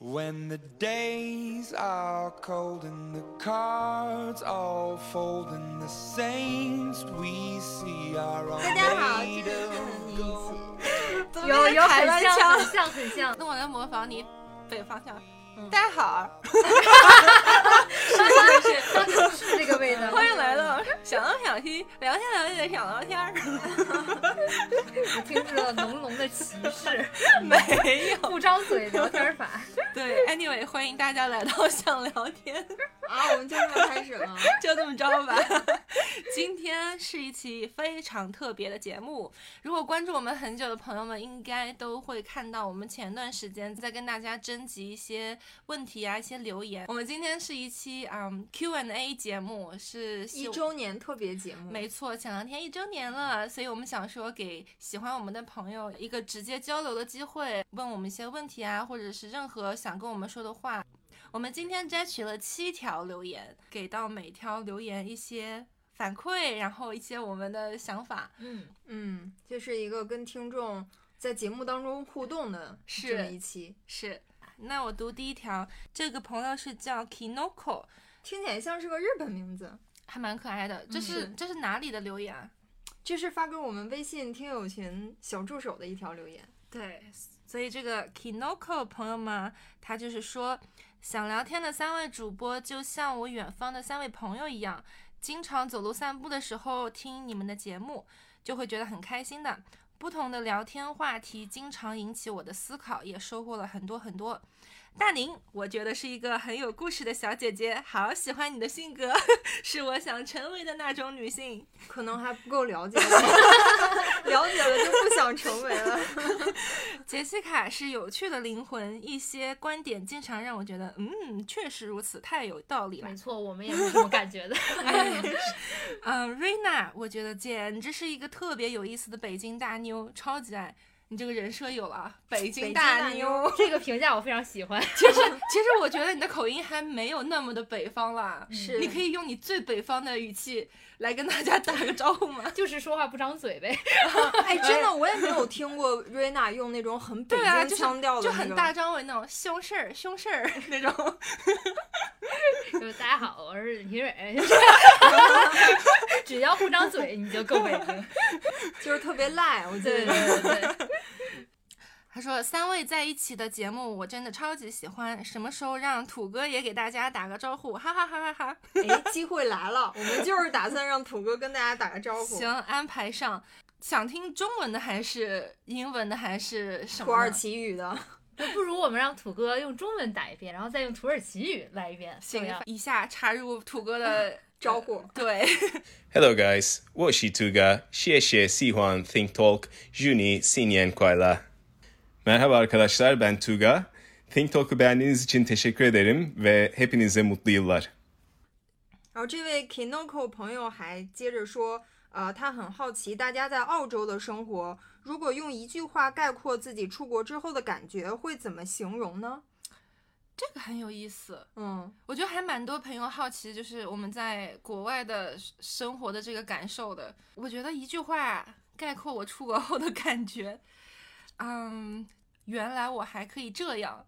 When the days are cold and the cards all fold and the saints we see are all 大家好，这 made 就是很 of 理 gold. 解。有有台很湾像，腔很像，很像。 那我来模仿你北方腔。嗯大家好， 是这个味道。欢迎来到 想东想西，聊天聊地想聊 天儿。我听出了浓浓的歧视，没有，不张嘴聊天法。对，anyway，欢迎大家来到想聊天， 啊，我们就这么开始 吗？就这么着吧。 今天是一期非常特别的节目，如果关注我们很久的朋友们，应该都会看到我们前段时间在跟大家征集一些问题啊，一些留言。我们今天是一期嗯 Q&A 节目，是希一周年特别节目，没错，前两天一周年了，所以我们想说给喜欢我们的朋友一个直接交流的机会，问我们一些问题啊，或者是任何想跟我们说的话。我们今天摘取了七条留言，给到每条留言一些反馈，然后一些我们的想法。嗯，嗯，这是一个跟听众在节目当中互动的是这么一期，是，那我读第一条，这个朋友是叫 Kinoko，听起来像是个日本名字。还蛮可爱的。这是、是这是哪里的留言啊？这是发给我们微信听友群小助手的一条留言，对，所以这个 Kinoko 朋友们，他就是说，想聊天的三位主播就像我远方的三位朋友一样，经常走路散步的时候听你们的节目，就会觉得很开心的。不同的聊天话题经常引起我的思考，也收获了很多很多。大宁，我觉得是一个很有故事的小姐姐，好喜欢你的性格， 是我想成为的那种女性。可能还不够了 解，了解了就不想成为 了。杰西卡是有趣的灵魂，一些观点经常让我觉得，嗯，确实如此，太有道理了 没。错，我们也没什么感觉的。嗯、瑞娜，我觉得简直是一个特别有意思的北京大妞，超级爱。你这个人设有了，啊，北京大北京妞。 这个评价我非常喜欢。其实，其实我觉得你的口音还没有那么的北方 啦。是你可以用你最北方的语气来跟大家打个招呼 吗？就是说话不张嘴呗， 哎，真的，我也没有听过瑞娜用那种很北对啊，京就是腔调的、就那种很大张伟那种凶事儿、凶事儿 那种。就是大家好，我是李蕊。 只要不张嘴，你就够北京。就是特别赖，我记对对得。对对，他说：“三位在一起的节目，我真的超级喜欢。什么时候让土哥也给大家打个招呼？哈哈哈哈哈！哎，机会来了，我们就是打算让土哥跟大家打个招呼。行，，安排上。想听中文的还是英文的还是什么呢？土耳其语的，那 不如我们让土哥用中文打一遍，然后再用土耳其语来一遍，怎行么样，？以下插入土哥 的招呼呃对， Hello guys, 我是 Tuga. 谢谢喜欢 Think Talk. Juni新年快乐. Merhaba arkadaşlar ben Tuga. Think Talk'u beğendiğiniz için teşekkür ederim ve hepinize mutlu yıllar. 然后这位 Kinoko 朋友还接着说，呃，他很好奇大家在澳洲的生活，如果用一句话概括自己出国之后的感觉，会怎么形容呢？这个很有意思。嗯，我觉得还蛮多朋友好奇，就是我们在国外的生活的这个感受的。我觉得一句话概括我出国后的感觉，嗯，原来我还可以这样。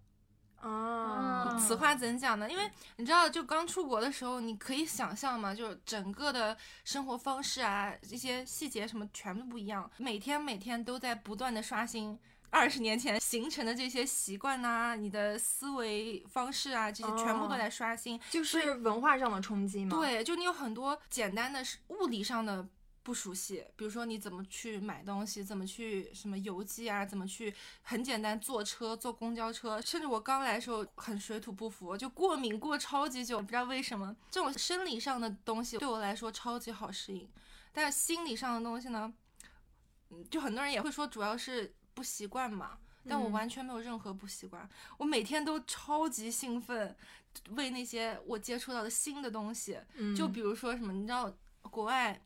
啊，嗯此话怎讲呢？因为你知道，就刚出国的时候，你可以想象嘛，就是整个的生活方式啊，这些细节什么全部不一样，每天每天都在不断的刷新。二十年前形成的这些习惯呐、你的思维方式啊，这些全部都在刷新。就是文化上的冲击吗？，对，就你有很多简单的是物理上的不熟悉，比如说你怎么去买东西，怎么去什么邮寄啊，怎么去很简单坐车、坐公交车，甚至我刚来的时候很水土不服，就过敏过超级久，不知道为什么这种生理上的东西对我来说超级好适应，但是心理上的东西呢，嗯就很多人也会说主要是不习惯嘛。但我嗯完全没有任何不习惯，我每天都超级兴奋，为那些我接触到的新的东西，嗯、就比如说什么，你知道国外。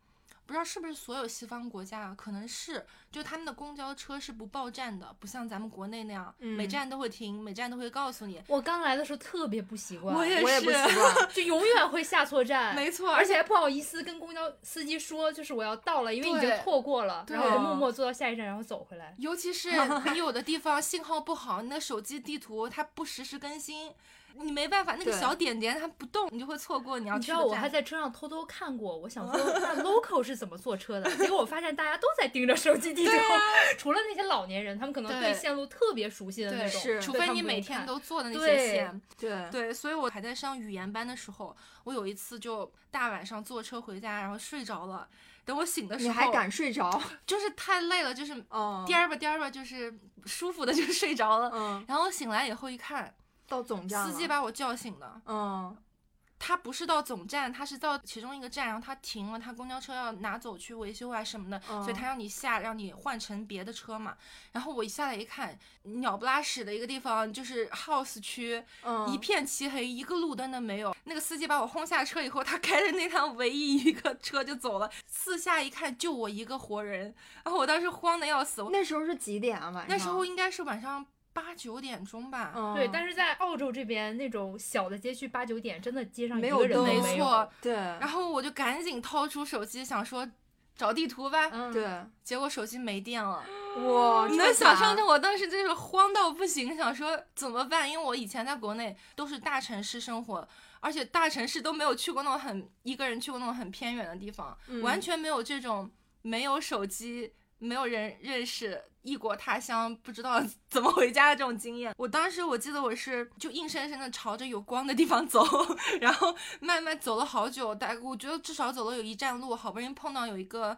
不不知道是不是所有西方国家啊，可能是，就他们的公交车是不报站的，不像咱们国内那样，每嗯站都会停，每站都会告诉你。我刚来的时候特别不习惯，也我也不习惯。就永远会下错站，没 错，而且还不好意思跟公交司机说，就是我要到了，因为已经对错过了，对然后我就默默坐到下一站，然后走回来。尤 其是你有的地方信号不好，你的手机地图它不实时更新，你没办法，那个对小点点它不动，你就会错过你要你去知的道我还站。在车上偷偷看过，我想说那 local 是怎么坐车的？结果我发现大家都在盯着手机地图，除了那些老年人，他们可能对对线路特别熟悉的那对，种，是除对非他们你不每用天看都坐的那对些线。对，对，所以我还在上语言班的时候，我有一次就大晚上坐车回家，然后睡着了。等我醒的时你候，还敢睡着？就是太累了，就是嗯，颠儿吧颠儿吧，就是舒服的就 睡着了。嗯，然后醒来以后一看，到总站司机吧，把我叫醒的，嗯，他不是到总站，他是到其中一个站，然后他停了，他公交车要拿走去维修啊什么的，嗯所以他让你下，让你换乘别的车嘛。然后我一下来一看，鸟不拉屎的一个地方，就是 house 区，嗯一片漆黑，一个路灯都没有。那个司机把我轰下车以后，他开着那辆唯一一个车就走了，四下一看就我一个活人，然后我当时慌的要死。我那时候是几点啊？晚上那时候应该是晚上八九点钟吧。嗯，对，但是在澳洲这边那种小的街区八九点，真的街上一没有个人都灯没有。没错，对，然后我就赶紧掏出手机，想说找地图吧。嗯，对，结果手机没电了，哇，你这么能想象惨到我当时真是慌到不行，想说怎么办？因为我以前在国内都是大城市生活，而且大城市都没有去过那种很一个人去过那种很偏远的地方，嗯完全没有这种没有手机、没有人认识、异国他乡不知道 怎么回家的这种经验。我当时我记得我是就硬生生的朝着有光的地方走， 然后慢慢走了好久，大概我觉得至少走了有一站路，好不容易碰到有一个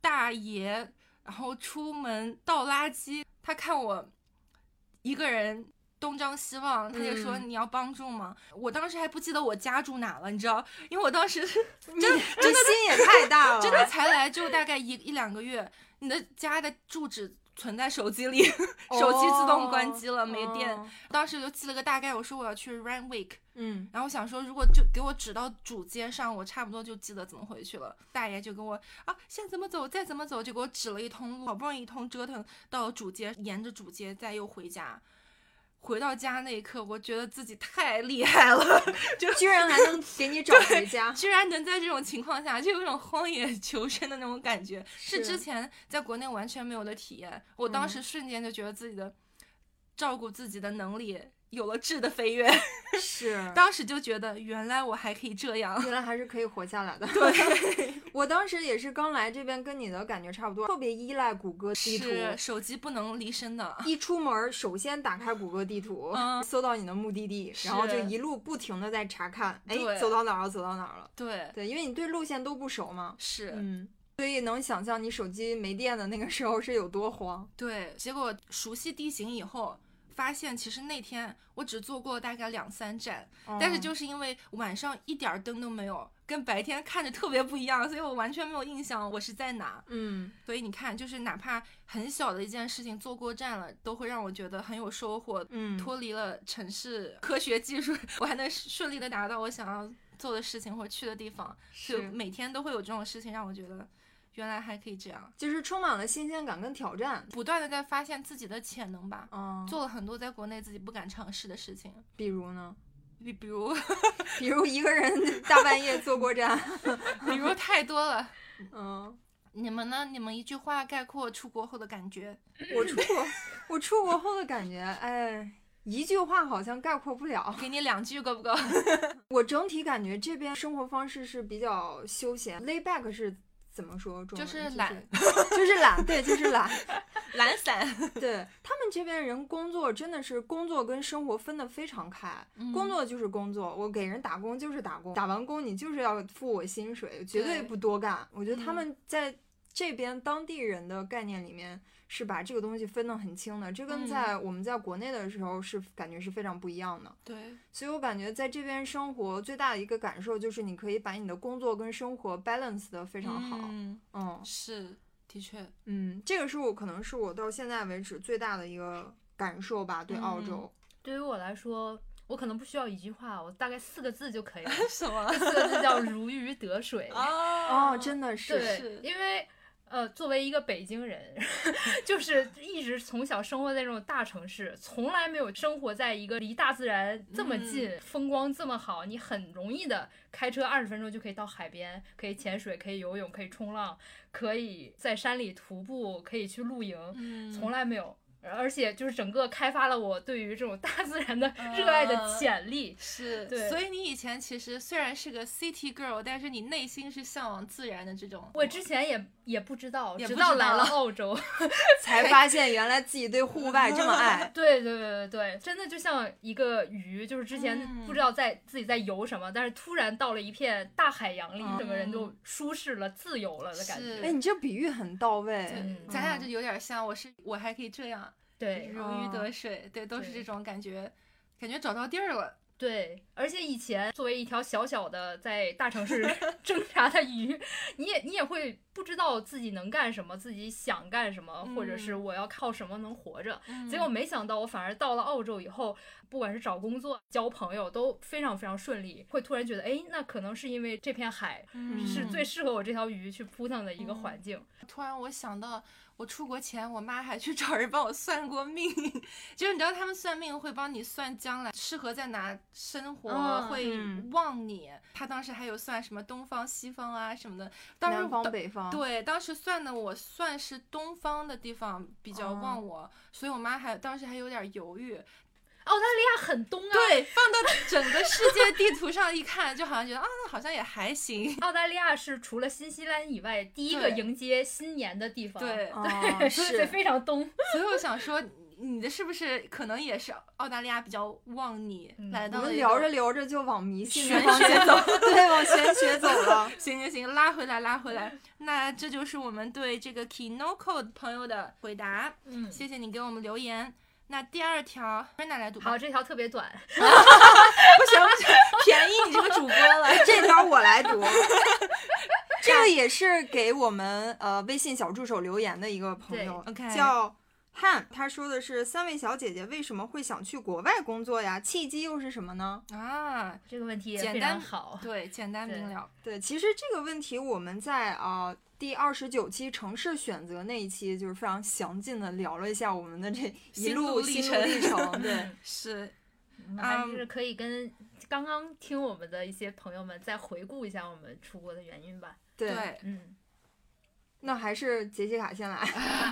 大爷，然后出门倒垃圾，他看我一个人。东张西望，他就说嗯你要帮助吗？我当时还不记得我家住哪了，你知道，因为我 当时哦真真的心也太大了， 真的才来就大概一一两个月，你的家的住址存在手机里， 手机自动关机了，没电。哦当时就记了个大概，我说我要去 Ranwick，嗯， 然后我想说如果就给我指到主街上，我差不多就记得怎么回去了。大爷就跟我啊，先怎么走，再怎么走，就给我指了一通路，好不容易一通折腾到主街，沿着主街再又回家。回到家那一刻，我觉得自己太厉害了， 就，居然还能给你找回家居然能在这种情况下，就有一种荒野求生的那种感觉，是是之前在国内完全没有的体验。我当时瞬间就觉得自己的照顾自己的能力有了质的飞跃，是当时就觉得原来我还可以这样。原来还是可以活下来的。对， 我当时也是刚来这边，跟你的感觉差不多，特别依赖谷歌地图。是手机不能离身的，一出门儿，首先打开谷歌地图，嗯搜到你的目的地，然后就是一路不停的在查看，哎对，走到哪儿了，走到哪儿了。对，对，因为你对路线都不熟嘛，是、嗯，所以能想象你手机没电的那个时候是有多慌。对。结果熟悉地形以后。发现其实那天我只坐过大概两三站，但是嗯就是因为晚上一点儿灯都没有，跟白天看着特别不一样，所以我完全没有印象我是在哪。嗯，所以你看，就是哪怕很小的一件事情做过站了，都会让我觉得很有收获。嗯脱离了城市科学技术， 我还能顺利的达到我想要做的事情或者去的地方。就是每天都会有这种事情让我觉得，原来还可以这样，就是充满了新鲜感跟挑战。不断的在发现自己的潜能吧。嗯，做了很多在国内自己不敢尝试的事情，比如呢？比比如 比如一个人大半夜坐过站。比如太多了。嗯，你们呢？你们一句话概括出国后的感觉？我出国，我出国后的感觉，哎，一句话好像概括不了。给你两句够不够？ 我整体感觉这边生活方式是比较休闲，lay back 是怎么说中文？就是是懒，就是懒，对，就是懒。懒散。对他们这边人工作真的是工作跟生活分得非常开，嗯工作就是工作，我给人打工就是打工，打完工你就是要付我薪水，绝对对不多干。我觉得他嗯们在这边当地人的概念里面是把这个东西分得很清的，这跟嗯在我们在国内的时候是感觉是非常不一样的。对，所以我感觉在这边生活最大的一个感受就是，你可以把你的工作跟生活 balance 的非常好。嗯嗯，嗯是，的确，这个是我可能嗯是我到现在为止最大的一个感受吧，对澳洲。对于我来说，我可能不需要一句话，我大概四个字就可以了。 什么？啊四个字叫如鱼得水。哦哦，真的是对，因为呃，作为一个北京人， 就是一直从小生活在这种大城市，从来没有生活在一个离大自然这么近、嗯风光这么好，你很容易的开车二十分钟就可以到海边，可以潜水，可以游泳，可以冲浪，可以在山里徒步，可以去露营，嗯从来没有。而且就是整个开发了我对于这种大自然的 热爱的啊潜力，是，对所以你以前其实虽然是个 city girl，但是你内心是向往自然的这种。我之前也也不知道，也直不到知来道了澳洲，。才发现原来自己对户外 这么爱对对对对对，真的就像一个鱼，就是之前嗯不知道在、自己在游什么，但是突然到了一片大海洋里，哦整个人就舒适了、自由了的感是哎，觉。你这比喻很到对位。嗯咱俩就有点像，我是我还可以这样，对如鱼得水，对，都是对这种感觉，感觉找到地儿了。对，而且以前作为一条小小的在大城市 挣扎的鱼，你也你也会不知道自己能干什么，自己想干什么，或者是嗯我要靠什么能活着。嗯结果没想到，我反而到了澳洲以后，不管是找工作、交朋友，都非常非常顺利。会突然觉得，哎，那可能是因为这片海嗯是最适合我这条鱼去扑腾的一个环境。突然我想到，我出国前，我妈还去找人帮我算过命， 就是你知道他们算命会帮你算将来适合在哪生活，嗯会嗯旺你。她当时还有算什么东方、西方啊什么的，当时南方当北方，对，当时算的我算是东方的地方比较旺我，所以我妈还当时还有点犹豫。澳大利亚很东啊，对，放到整个世界地图上一看，就好像觉得啊，那好像也还行。澳大利亚是除了新西兰以外第一个对迎接新年的地方。对， 哦，所以是非 常东。所以我想说，你的是不是可能也是澳大利亚比较旺你，嗯来我到了们一聊个着聊着就往迷信的玄方学向走，对，往玄学走 了。嗯行行行，拉回来拉回来。那这就是我们对这个 Kinoko 朋友的回答，嗯谢谢你给我们留言。那第二条，瑞娜来读吧。好，这条特别短，不 行不行，便宜你这个主播了。哎这条我来 读， 这个也是给我们呃微信小助手留言的一个朋友对，OK 叫汉，他说的是三位小姐姐为什么会想去国外工作呀？契机又是什么呢？啊，这个问题也简非常单好。对，简单明了。对，其实这个问题我们在啊、呃第二十九期城市选择那一期就是非常详尽的聊了一下我们的这一路心心路路历历 程。对，嗯，是，我嗯们还是可以跟刚刚听我们的一些朋友们再回顾一下我们出国的原因吧。对，嗯，那还是杰西卡先来。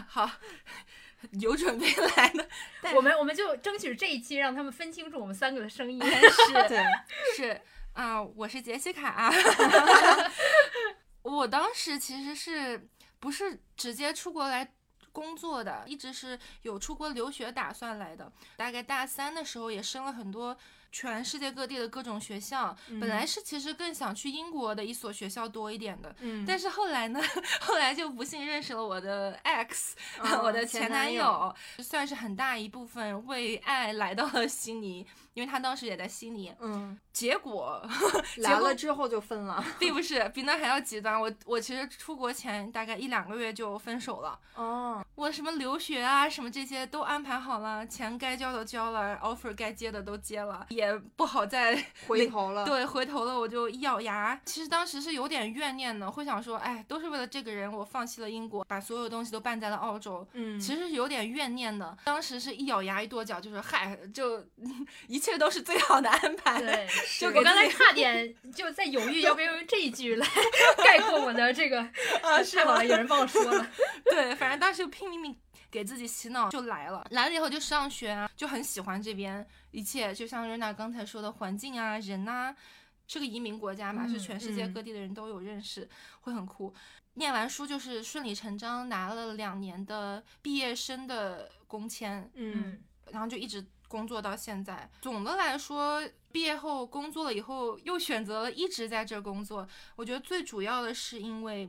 好，有准备来的，我们我们就争取这一期让他们分清楚我们三个的声音。 是对，是啊、我是杰西卡、啊， 我当时其实是不是直接出国来工作的，一直是有出国留学打算来的。大概大三的时候也申了很多全世界各地的各种学校，本来是其实更想去英国的一所学校多一点的，嗯，但是后来呢，后来就不幸认识了我的 ex，、嗯 我的前前男男友友，算是很大一部分为爱来到了悉尼，因为他当时也在悉尼。嗯，结果 来结了果之后就分了。并不是比那还要极端，我我其实出国前大概一两个月就分手了。哦，我什么留学啊，什么这些都安排好了，钱该交的交了，offer 该接的都接了，也不好再回头了。对，回头了我就一咬牙，其实当时是有点怨念的，会想说，哎，都是为了这个人，我放弃了英国，把所有东西都办在了澳洲。嗯其实是有点怨念的，当时是一咬牙一跺脚，就是嗨，就 一切都是最好的安排。对， 就给我刚才自己差点就在犹豫要不要用这一 句来概括我的这个。啊，太好了，有人帮我说 了。嗯对，反正当时拼命给自己洗脑就来了，来了以后就上学啊，就很喜欢这边一切，就像瑞娜刚才说的环境啊、人呐、是个移民国家嘛，嗯是全世界嗯各地的人都有认识，会很酷。念完书就是顺理成章拿了两年的毕业生的工签，嗯，然后就一直工作到现在。总的来说，毕业后工作了以后，又选择了一直在这工作。我觉得最主要的是因为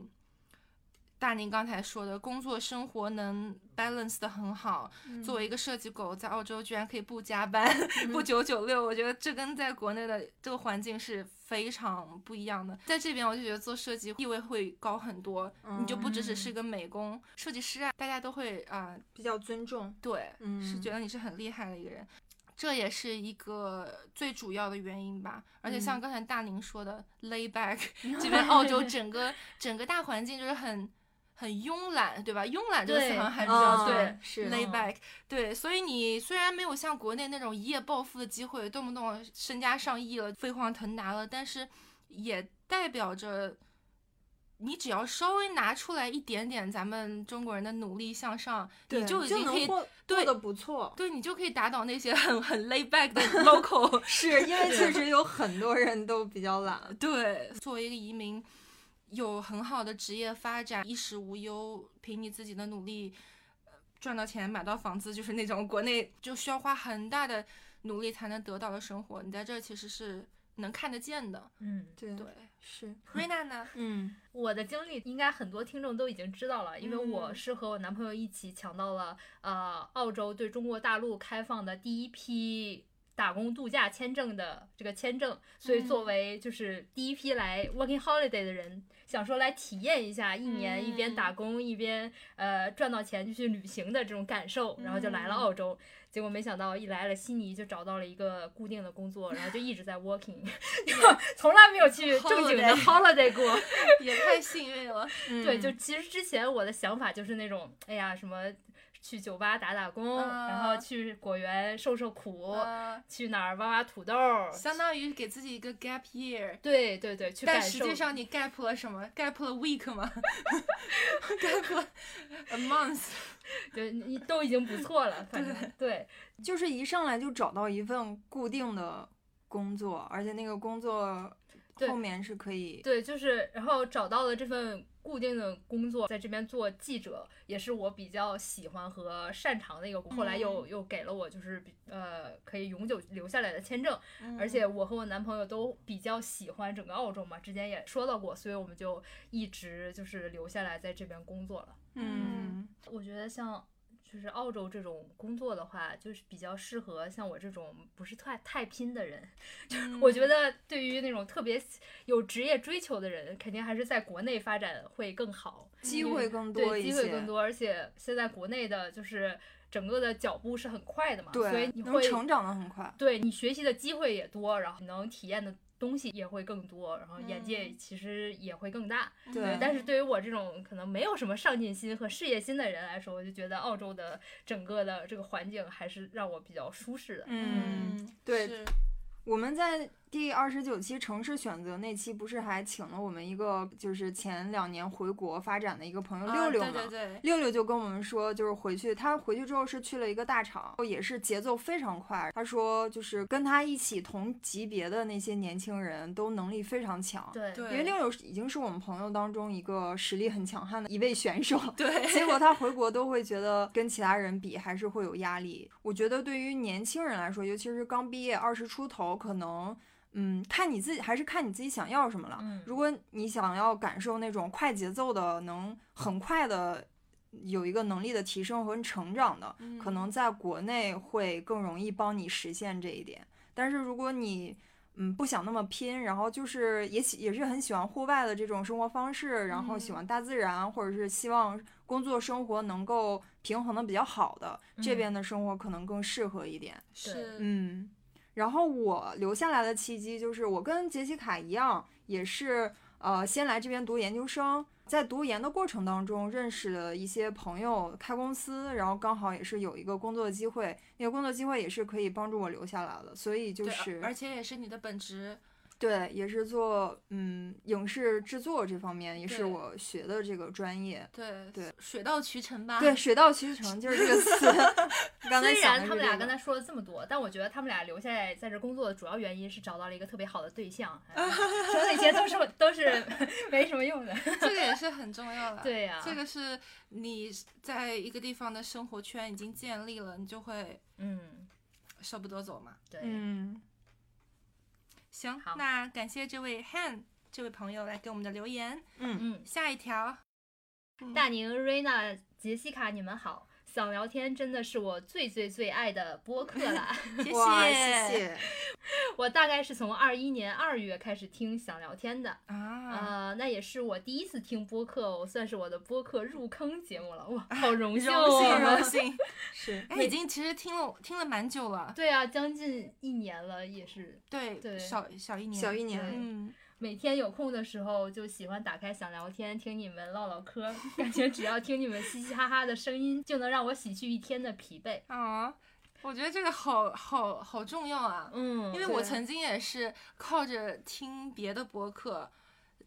大宁刚才说的，工作生活能 balance 的很好。嗯作为一个设计狗，在澳洲居然可以不加班、 不九九六，我觉得这跟在国内的这个环境是非常不一样的。在这边，我就觉得做设计地位会高很多，嗯你就不只只是个美工、设计师啊，大家都会啊、比较尊重。对，嗯是觉得你是很厉害的一个人。这也是一个最主要的原因吧。而且嗯像刚才大宁说的、l a y back，这边澳洲整个整个大环境就是很很慵懒，对吧？慵懒这个词对好像还比较嗯，多。对是 lay back，对，所以你虽然没有像国内那种一夜暴富的机会，动不动身家上亿了、飞黄腾达了，但是也代表着你只要稍微拿出来一点点咱们中国人的努力向上，对你就已经可能以，过对过得不错。对你就可以打倒那些很很 lay back 的 local。是因为确实有很多人都比较懒，对，作为一个移民，有很好的职业发展，衣食无忧，凭你自己的努力呃赚到钱，买到房子，就是那种国内就需要花很大的努力才能得到的生活，你在这儿其实是能看得见的。嗯，对 对，是，瑞娜呢？嗯，我的经历应该很多听众都已经知道了，因为我是和我男朋友一起抢到了呃澳洲对中国大陆开放的第一批打工度假签证的这个签证，所以作为就是第一批来 working holiday 的人，想说来体验一下一年一边打工一边呃赚到钱就去旅行的这种感受，然后就来了澳洲。结果没想到一来了悉尼就找到了一个固定的工作，然后就一直在 working，从来没有去正 经的 holiday 过。也太幸运了。对，嗯就其实之前我的想法就是那种，哎呀，什么去酒吧打打工，然后啊去果园受受苦，呃，去哪儿挖挖土豆儿。相当于给自己一个 gap year。对对对，去感但实受。际上你 gap 了什么？gap 了 week 吗 ？gap 了 a month？对，你都已经不错了，反正对就是一上来就找到一份固定的工作，而且那个工作对后面是可以对，就是然后找到了这份固定的工作，在这边做记者，也是我比较喜欢和擅长的一个工。后嗯来又又给了我就是比呃可以永久留下来的签证，嗯而且我和我男朋友都比较喜欢整个澳洲嘛，之前也说到过，所以我们就一直就是留下来在这边工作了。嗯我觉得像就是澳洲这种工作的话，就是比较适合像我这种不是太太拼的人。就是我嗯觉得对于那种特别有职业追求的人，肯定还是在国内发展会更好。机会更多对，一些，机会更多，而且现在国内的就是整个的脚步是很快的嘛，对，所以你能会成长的很快。对你学习的机会也多，然后你能体验的东西也会更多，然后眼界嗯其实也会更大。对但是对于我这种可能没有什么上进心和事业心的人来说，我就觉得澳洲的整个的这个环境还是让我比较舒适的。嗯，对是我们在第二十九期城市选择那期不是还请了我们一个就是前两年回国发展的一个朋友啊六六吗？对对对，六六就跟我们说，就是回去，他回去之后是去了一个大厂，也是节奏非常快。他说，就是跟他一起同级别的那些年轻人都能力非常强。对对因为六六已经是我们朋友当中一个实力很强悍的一位选手，对， 结果他回国都会觉得跟其他人比还是会有压力。我觉得对于年轻人来说，尤其是刚毕业二十出头，可能嗯，看你自己还是看你自己想要什么了。嗯如果你想要感受那种快节奏的，能很快的。有一个能力的提升和成长的，嗯可能在国内会更容易帮你实现这一点。但是如果你嗯不想那么拼，然后就是也喜也是很喜欢户外的这种生活方式，然后喜嗯欢大自然，或者是希望工作生活能够平衡的比较好的，这嗯边的生活可能更适合一点。是嗯，然后我留下来的契机就是，我跟杰西卡一样，也是呃，先来这边读研究生，在读研的过程当中认识了一些朋友，开公司，然后刚好也是有一个工作机会，那个工作机会也是可以帮助我留下来的，所以就对是而且也是你的本职，对，也是做嗯影视制作这方面，也是对我学的这个专业。对对，水到渠成吧。对，，水到渠成就是这个 词。刚才啊虽想然的是他们这俩个刚才说了这么多，但我觉得他们俩留下来在这工作的主要原因是找到了一个特别好的 对象，哎说那些都是都是 没什么用的。 这个也是很重要的。对呀这个是你在一个地方的生活圈已经建立了，你就会嗯，舍不得走嘛。对，嗯，行好，那感谢这位 Han 这位朋友来给我们的留言。嗯。下一条，嗯大宁、瑞娜、杰西卡，你们好！想 聊天真的是我最最最爱的播客啦！谢哇，谢谢。我大概是从二一年二月开始听想聊天的，啊，啊、那也是我第一次听播客哦，我算是我的播客入坑节目了，哇，好荣幸荣幸啊哦！荣幸，是 哎，已经其实听了听了蛮久了， 对啊，将近一年了，也是对对小小一年，小一年，对嗯，每天有空的时候就喜欢打开想聊天，听你们唠唠嗑，感觉只要听你们嘻嘻哈哈的声音，就能让我洗去一天的疲惫。啊，我觉得这个好好好重要啊，嗯，因为我对曾经也是靠着听别的播客，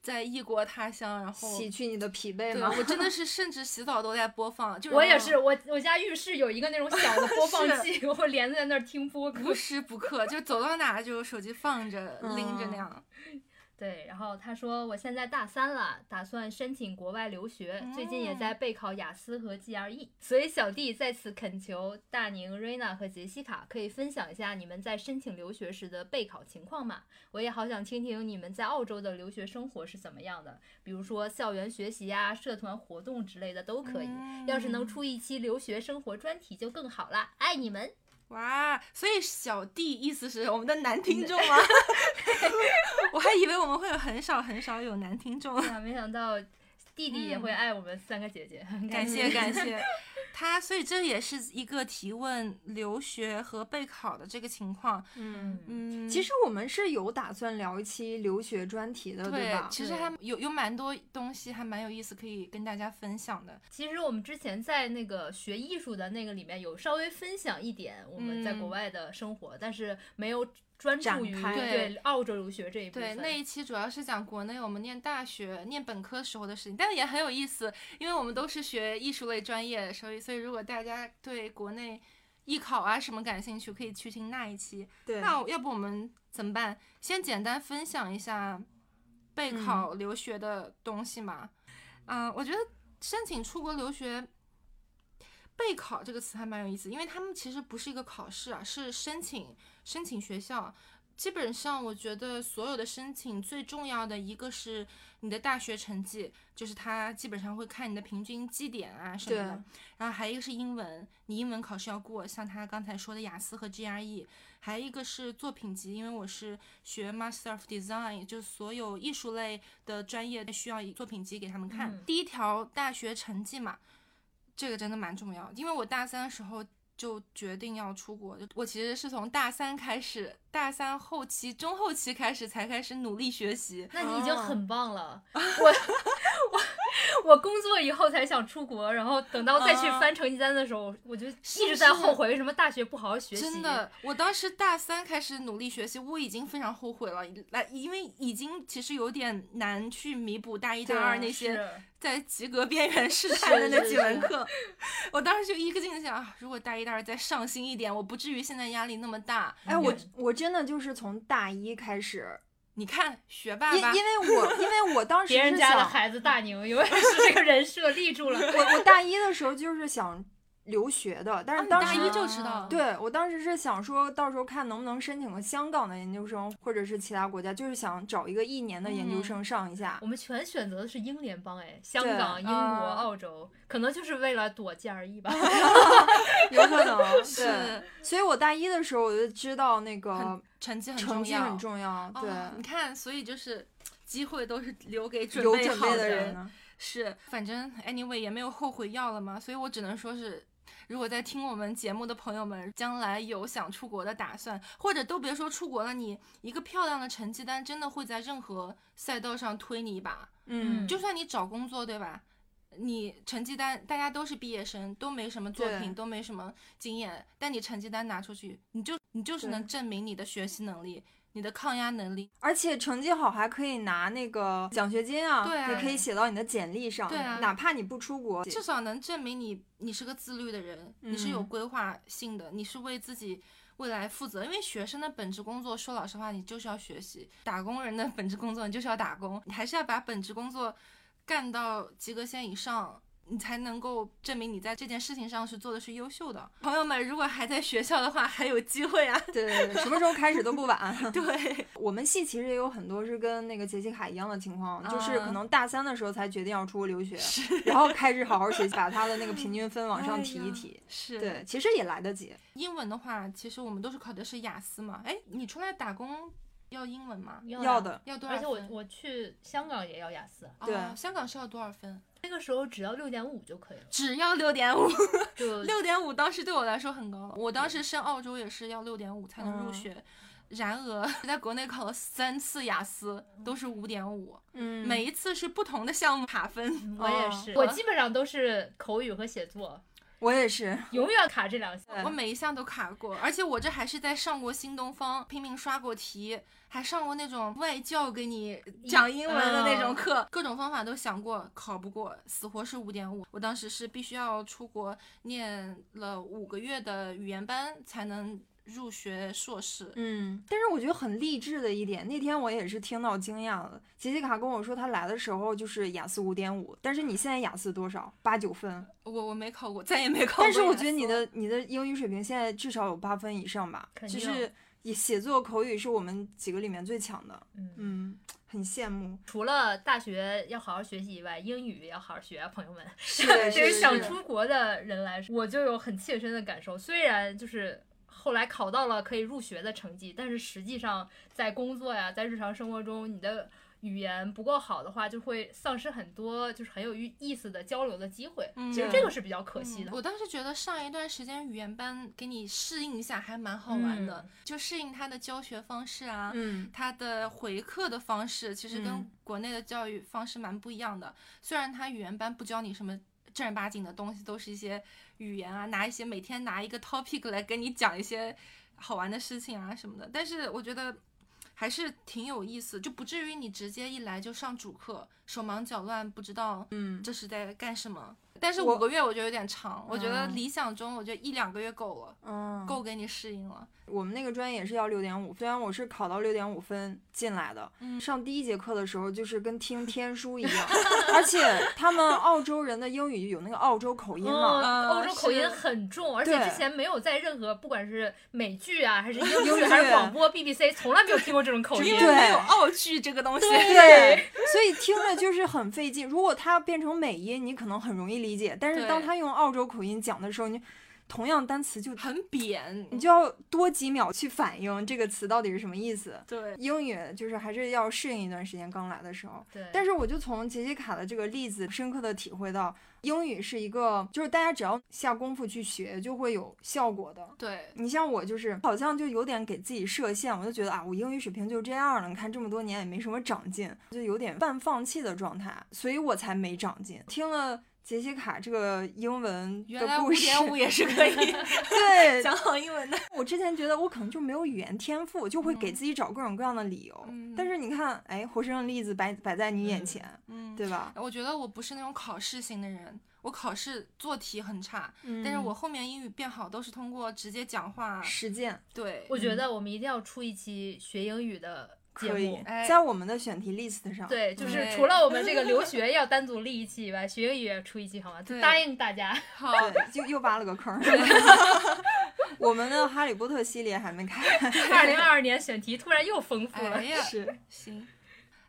在异国他乡，然后洗去你的疲惫对吗？我真的 是甚至洗澡都在播放，就是嗯我那也种是，我我家浴室有一个那种小的播放器， 我会连在那儿听播无客。时不刻，就走到哪就手机放着拎嗯着那样。对，然后他说我现在大三了，打算申请国外留学，最近也在备考雅思和 GRE，所以小弟在此恳求大宁、瑞娜和杰西卡可以分享一下你们在申请留学时的备考情况嘛？我也好想听听你们在澳洲的留学生活是怎么样的，比如说校园学习呀、社团活动之类的都可以。嗯要是能出一期留学生活专题就更好啦，爱你们！哇，所以小弟意思是我们的男听众 吗？ 我还以为我们会有很少很少有男听众， 啊，没想到弟弟也会爱我们三个姐姐，很嗯感谢动感谢。他所以这也是一个提问留学和备考的这个情况，嗯， 嗯，其实我们是有打算聊一期留学专题的，对，吧？其实对还有有蛮多东西还蛮有意思可以跟大家分享的。其实我们之前在那个学艺术的那个里面有稍微分享一点我们在嗯国外的生活，但是没有专注展于开对澳洲留学这一部对，分。那一期主要是讲国内我们念大学、念本科时候的事情，但是也很有意思，因为我们都是学艺术类专业，所以所以如果大家对国内艺考啊什么感兴趣，可以去听那一期。对，那要不我们怎么办？先简单分享一下备嗯考留学的东西嘛。嗯、我觉得申请出国留学。备考这个词还蛮有意思，因为他们其实不是一个考试啊，是申请申请学校。基本上，我觉得所有的申请最重要的一个是你的大学成绩，就是它基本上会看你的平均绩点啊什么的对。然后还有一个是英文，你英文考试要过，像他刚才说的雅思和 E GRE。还有一个是作品集，因为我是学 Master of Design，就是所有艺术类的专业需要以作品集给他们看。嗯第一条大学成绩嘛，这个真的蛮重要的，因为我大三的时候。就决定要出国，就我其实是从大三开始，大三后期、中后期开始才开始努力学习。那你已经很棒 了。我我我工作以后才想出国，然后等到再去翻成绩单的时候，我就一直在哦是后悔为什么大学不好好学习。真的，我当时大三开始努力学习，我已经非常后悔了，来，因为已经其实有点难去弥补大一、大二对那些是在及格边缘试探的那是几是门课，我当时就一个劲的想，啊如果大一、大二再上心一点，我不至于现在压力那么大。哎，我嗯我真的就是从大一开始，你看，学霸因吧，因为我因为 我当时别人是家的想，孩嗯子大宁永远是这个人设立住 了。我我大一的时候就是想留学的，但啊是你当大时、一就知道，对我当时是想说，到时候看能不能申请个香港的研究生，或者是其他国家，就是想找一个一年的嗯研究生上一下。我们全选择的是英联邦，哎，香对港、英国、啊澳洲，可能就是为了躲 GRE 吧。有可能对， 是所以我大一的时候我就知道那个很成绩很成重绩要，很重要，对，哦你看，所以就是机会都是留给准有备准好的备的人呢。是，反正 anyway 也没有后悔药了嘛，所以我只能说是，如果在听我们节目的朋友们，将来有想出国的打算，或者都别说出国了，你一个漂亮的成绩单，真的会在任何赛道上推你一把。嗯，就算你找工作，对吧？你成绩单，大家都是毕业生，都没什么作对品，都没什么经验，但你成绩单拿出去，你就你就是对能证明你的学习能力，你的抗压能力。而且成绩好还可以拿那个奖学金啊，对啊也可以写到你的简历上，对啊哪怕你不出国，至少能证明你你是个自律的人，你是有嗯规划性的，你是为自己未来负责。因为学生的本职工作，说老实话，你就是要学习；打工人的本职工作，你就是要打工，你还是要把本职工作干到及格线以上。你才能够证明你在这件事情上是做的是优秀的。朋友们，如果还在学校的话，还有机会啊！ 对对对，什么时候开始都不晚。对， 我们系其实也有很多是跟那个杰西卡一样的情况，就是啊可能大三的时候才决定要出国留学，然后开始好好学习，把他的那个平均分往上哎哎提一提。是对，其实也来得及。英文的话，其实我们都是考的是雅思嘛。哎，你出来打工要英文吗？要要的要多少而且分？我我去香港也要雅思，哦对香港是要多少分？那个时候只要六点五就可以了。只要六点五，就六点五当时对我来说很高了。我当时升澳洲也是要六点五才能入嗯学，然而在国内考了三次雅思，都是五点五，嗯每一次是不同的项目卡分。我也哦是，我基本上都是口语和写作，我也是，永远卡这两项。对我每一项都卡过，而且我这还是在上过新东方拼命刷过题，还上过那种外教给你讲英文的那嗯种课，各种方法都想过，考不过，死活是五点五。我当时是必须要出国念了五个月的语言班才能入学硕士。嗯，但是我觉得很励志的一点，那天我也是听到惊讶了。杰西卡跟我说，她来的时候就是雅思五点五，但是你现在雅思多少？八九分。我我没考过，再也没考过雅但思是了。哦我觉得你的你的英语水平现在至少有八分以上吧，肯就定是也写作、口语是我们几个里面最强的。嗯，嗯，很羡慕。除了大学要好好学习以外，英语也要好好学啊，朋友们。是 对于是想出国的人来说，我就有很切身的感受。虽然就是后来考到了可以入学的成绩，但是实际上在工作呀，在日常生活中，你的语言不够好的话，就会丧失很多就是很有意意思的交流的机会。嗯其实这个是比较可惜的嗯。我当时觉得上一段时间语言班给你适应一下还蛮好玩的，就适应它的教学方式啊，嗯它的回课的方式其实跟嗯国内的教育方式蛮不一样的。虽然它语言班不教你什么。正儿八经的东西都是一些语言啊，拿一些每天拿一个 topic 来跟你讲一些好玩的事情啊什么的，但是我觉得还是挺有意思，就不至于你直接一来就上主课，手忙脚乱，不知道嗯，这是在干什么？但是我五个月我觉得有点长，我觉得嗯理想中我觉得一两个月够了，嗯，够给你适应了。我们那个专业也是要六点五，虽然我是考到六点五分进来的，嗯上第一节课的时候就是跟 听天书一样，而且他们澳洲人的英语有那个澳洲口音嘛，嗯，欧嗯洲口音是很重，而且对之前没有在任何不管是美剧 啊，还是英英剧，剧还是广播 BBC，从来没有听过这种口音。对没有澳剧这个东西，对，所以听着就是很费劲。如果它变成美音，你可能很容易理解，但是当对他用澳洲口音讲的时候，你同样单词就很扁。你就要多几秒去反应这个词到底是什么意思。对，英语就是还是要适应一段时间，刚来的时候。对，但是我就从杰西卡的这个例子深刻的体会到，英语是一个就是大家只要下功夫去学，就会有效果的。对，你像我就是好像就有点给自己设限，我就觉得啊，我英语水平就这样了，你看这么多年也没什么长进，就有点半放弃的状态，所以我才没长进。听了。杰西卡这个英文原的来五故事，点 五也是可以对讲好英文的。我之前觉得我可能就没有语言天赋，就会给嗯自己找各种各样的理由。嗯但是你看，哎，活生生的例子摆摆在你眼嗯前，嗯，对吧？我觉得我不是那种考试型的人，我考试做题很差，嗯但是我后面英语变好都是通过直接讲话。实践对，我觉得我们一定要出一期学英语的节可以目。哎在我们的选题 list 上。，对，就是对除了我们这个留学要单独立一期以外，学英语也出一期好吗？对答应大 家。好，对，就又挖了个坑儿。我们的《哈利波特》系列还没开，二零二二年选题突然又丰富了哎。呀，是行。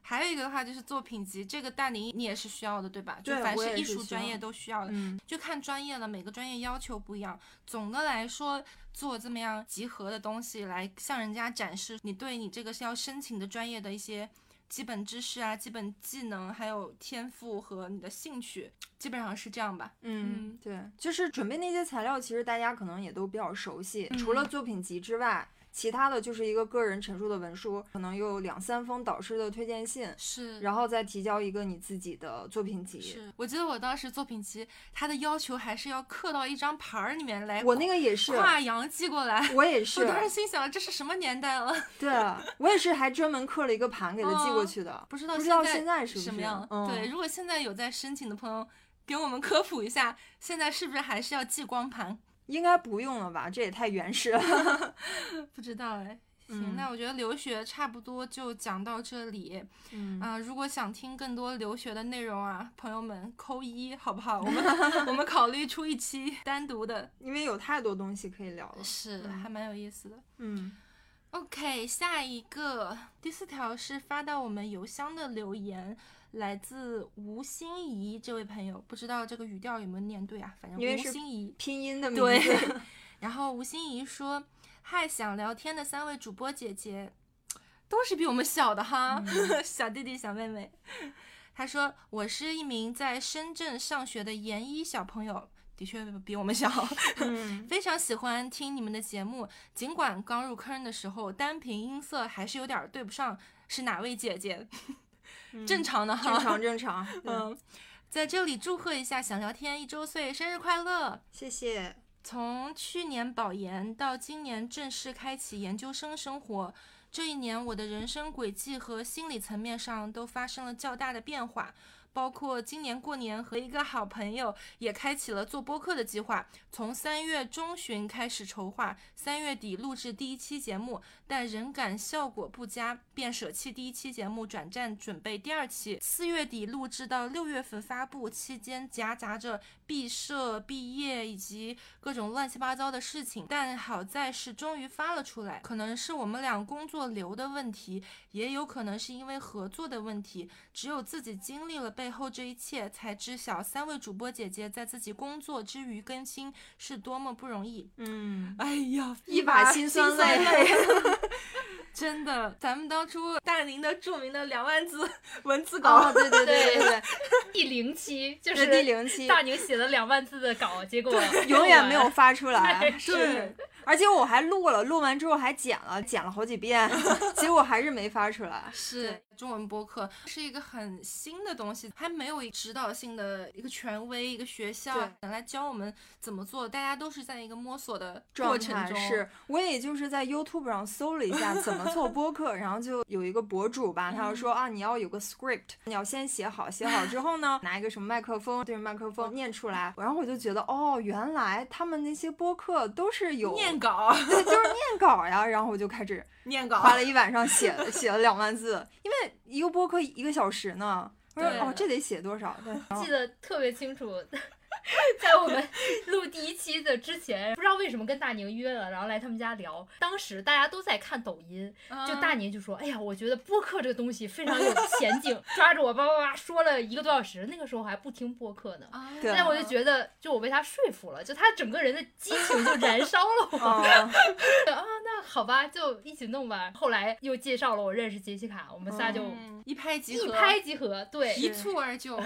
还有一个的话就是作品集，这个大宁你也是需要的，对吧？就对凡我也艺是术需专要业都需要的，嗯就看专业了，每个专业要求不一样。总的来说，做这么样集合的东西来向人家展示你对你这个是要申请的专业的一些基本知识啊、基本技能，还有天赋和你的兴趣，基本上是这样吧。嗯嗯，对，就是准备那些材料，其实大家可能也都比较熟悉，嗯除了作品集之外。其他的就是一个个人陈述的文书，可能有两三封导师的推荐信，是，然后再提交一个你自己的作品集。是我记得我当时作品集，它的要求还是要刻到一张牌儿里面来，我那个也是，跨洋寄过来。我也是我，当时心想，这是什么年代了？对我也是，还专门刻了一个盘给他寄过嗯去的。不知道不知道现在是不什么是样、嗯对，如果现在有在申请的朋友，给我们科普一下，现在是不是还是要寄光盘？应该不用了吧？这也太原始了。不知道哎。行，那我觉得留学差不多就讲到这里。嗯啊、如果想听更多留学的内容啊，朋友们扣一好不好？我们 我们考虑出一期单独的，因为有太多东西可以聊了。是嗯还蛮有意思的。嗯 OK，下一个第四条是发到我们邮箱的留言，来自吴心怡这位朋友，不知道这个语调有没有念对啊？反正因为吴是心怡，拼音的名对字，然后吴心怡说：“嗨，想聊天的三位主播姐姐，都是比我们小的哈，嗯小弟弟、小妹妹。”她说：“我是一名在深圳上学的研一小朋友，的确比我们小。 嗯，非常喜欢听你们的节目，尽管刚入坑的时候单凭音色还是有点对不上是哪位姐姐，正常的哈。嗯正常正常。嗯，嗯，在这里祝贺一下想聊天一周岁生日快乐。谢谢。从去年保研到今年正式开启研究生生活，这一年我的人生轨迹和心理层面上都发生了较大的变化，包括今年过年和一个好朋友也开启了做播客的计划，从三月中旬开始筹划，三月底录制第一期节目，但仍感效果不佳，便舍弃第一期节目，转战准备第二期。四月底录制到六月份发布期间，夹杂着毕设、毕业以及各种乱七八糟的事情，但好在是终于发了出来。可能是我们俩工作流的问题，也有可能是因为合作的问题。只有自己经历了背后这一切，才知晓三位主播姐姐在自己工作之余更新是多么不容易。嗯， 哎呀，一把辛酸泪泪。真的，咱们当初大林的著名的两万字 文字稿，哦，对对对对对，第零期就这是是哎第零期。大宁写了两万字的稿，结果永远没有发出来，对是，而且我还录了，录完之后还剪了，剪了好几遍，结果还是没发出来。是中文播客，是一个很新的东西，还没有指导性的一个权威、一个学校对能来教我们怎么做，大家都是在一个摸索的过状程态中。是，我也就是在 YouTube 上搜了一下怎么做播客，然后就有一个博主吧，他就嗯说啊，你要有个 script，你要先写好，写好之后呢，拿一个什么麦克风对着麦克风念出来，然后我就觉得哦，原来他们那些播客都是有念稿，对，就是念稿呀，然后我就开始念 稿花了一晚上写写了两万字，因为一个播客一个小时呢。我说对哦，这得写多少？对，然后记得特别清楚， 在我们录第一期的之前，不知道为什么跟大宁约了，然后来他们家聊。当时大家都在看抖音，啊就大嗯宁就说：“哎呀，我觉得播客这个东西非常有前景。” 抓着我叭叭叭说了一个多小时，那个时候还不听播客呢。啊，对但我就觉得，就我被他说服了，就他整个人的激情就燃烧了我。 哦，啊，那好吧，就一起弄吧。后来又介绍了我认识杰西卡，我们仨就嗯一拍即合，一拍即合。对一蹴而就。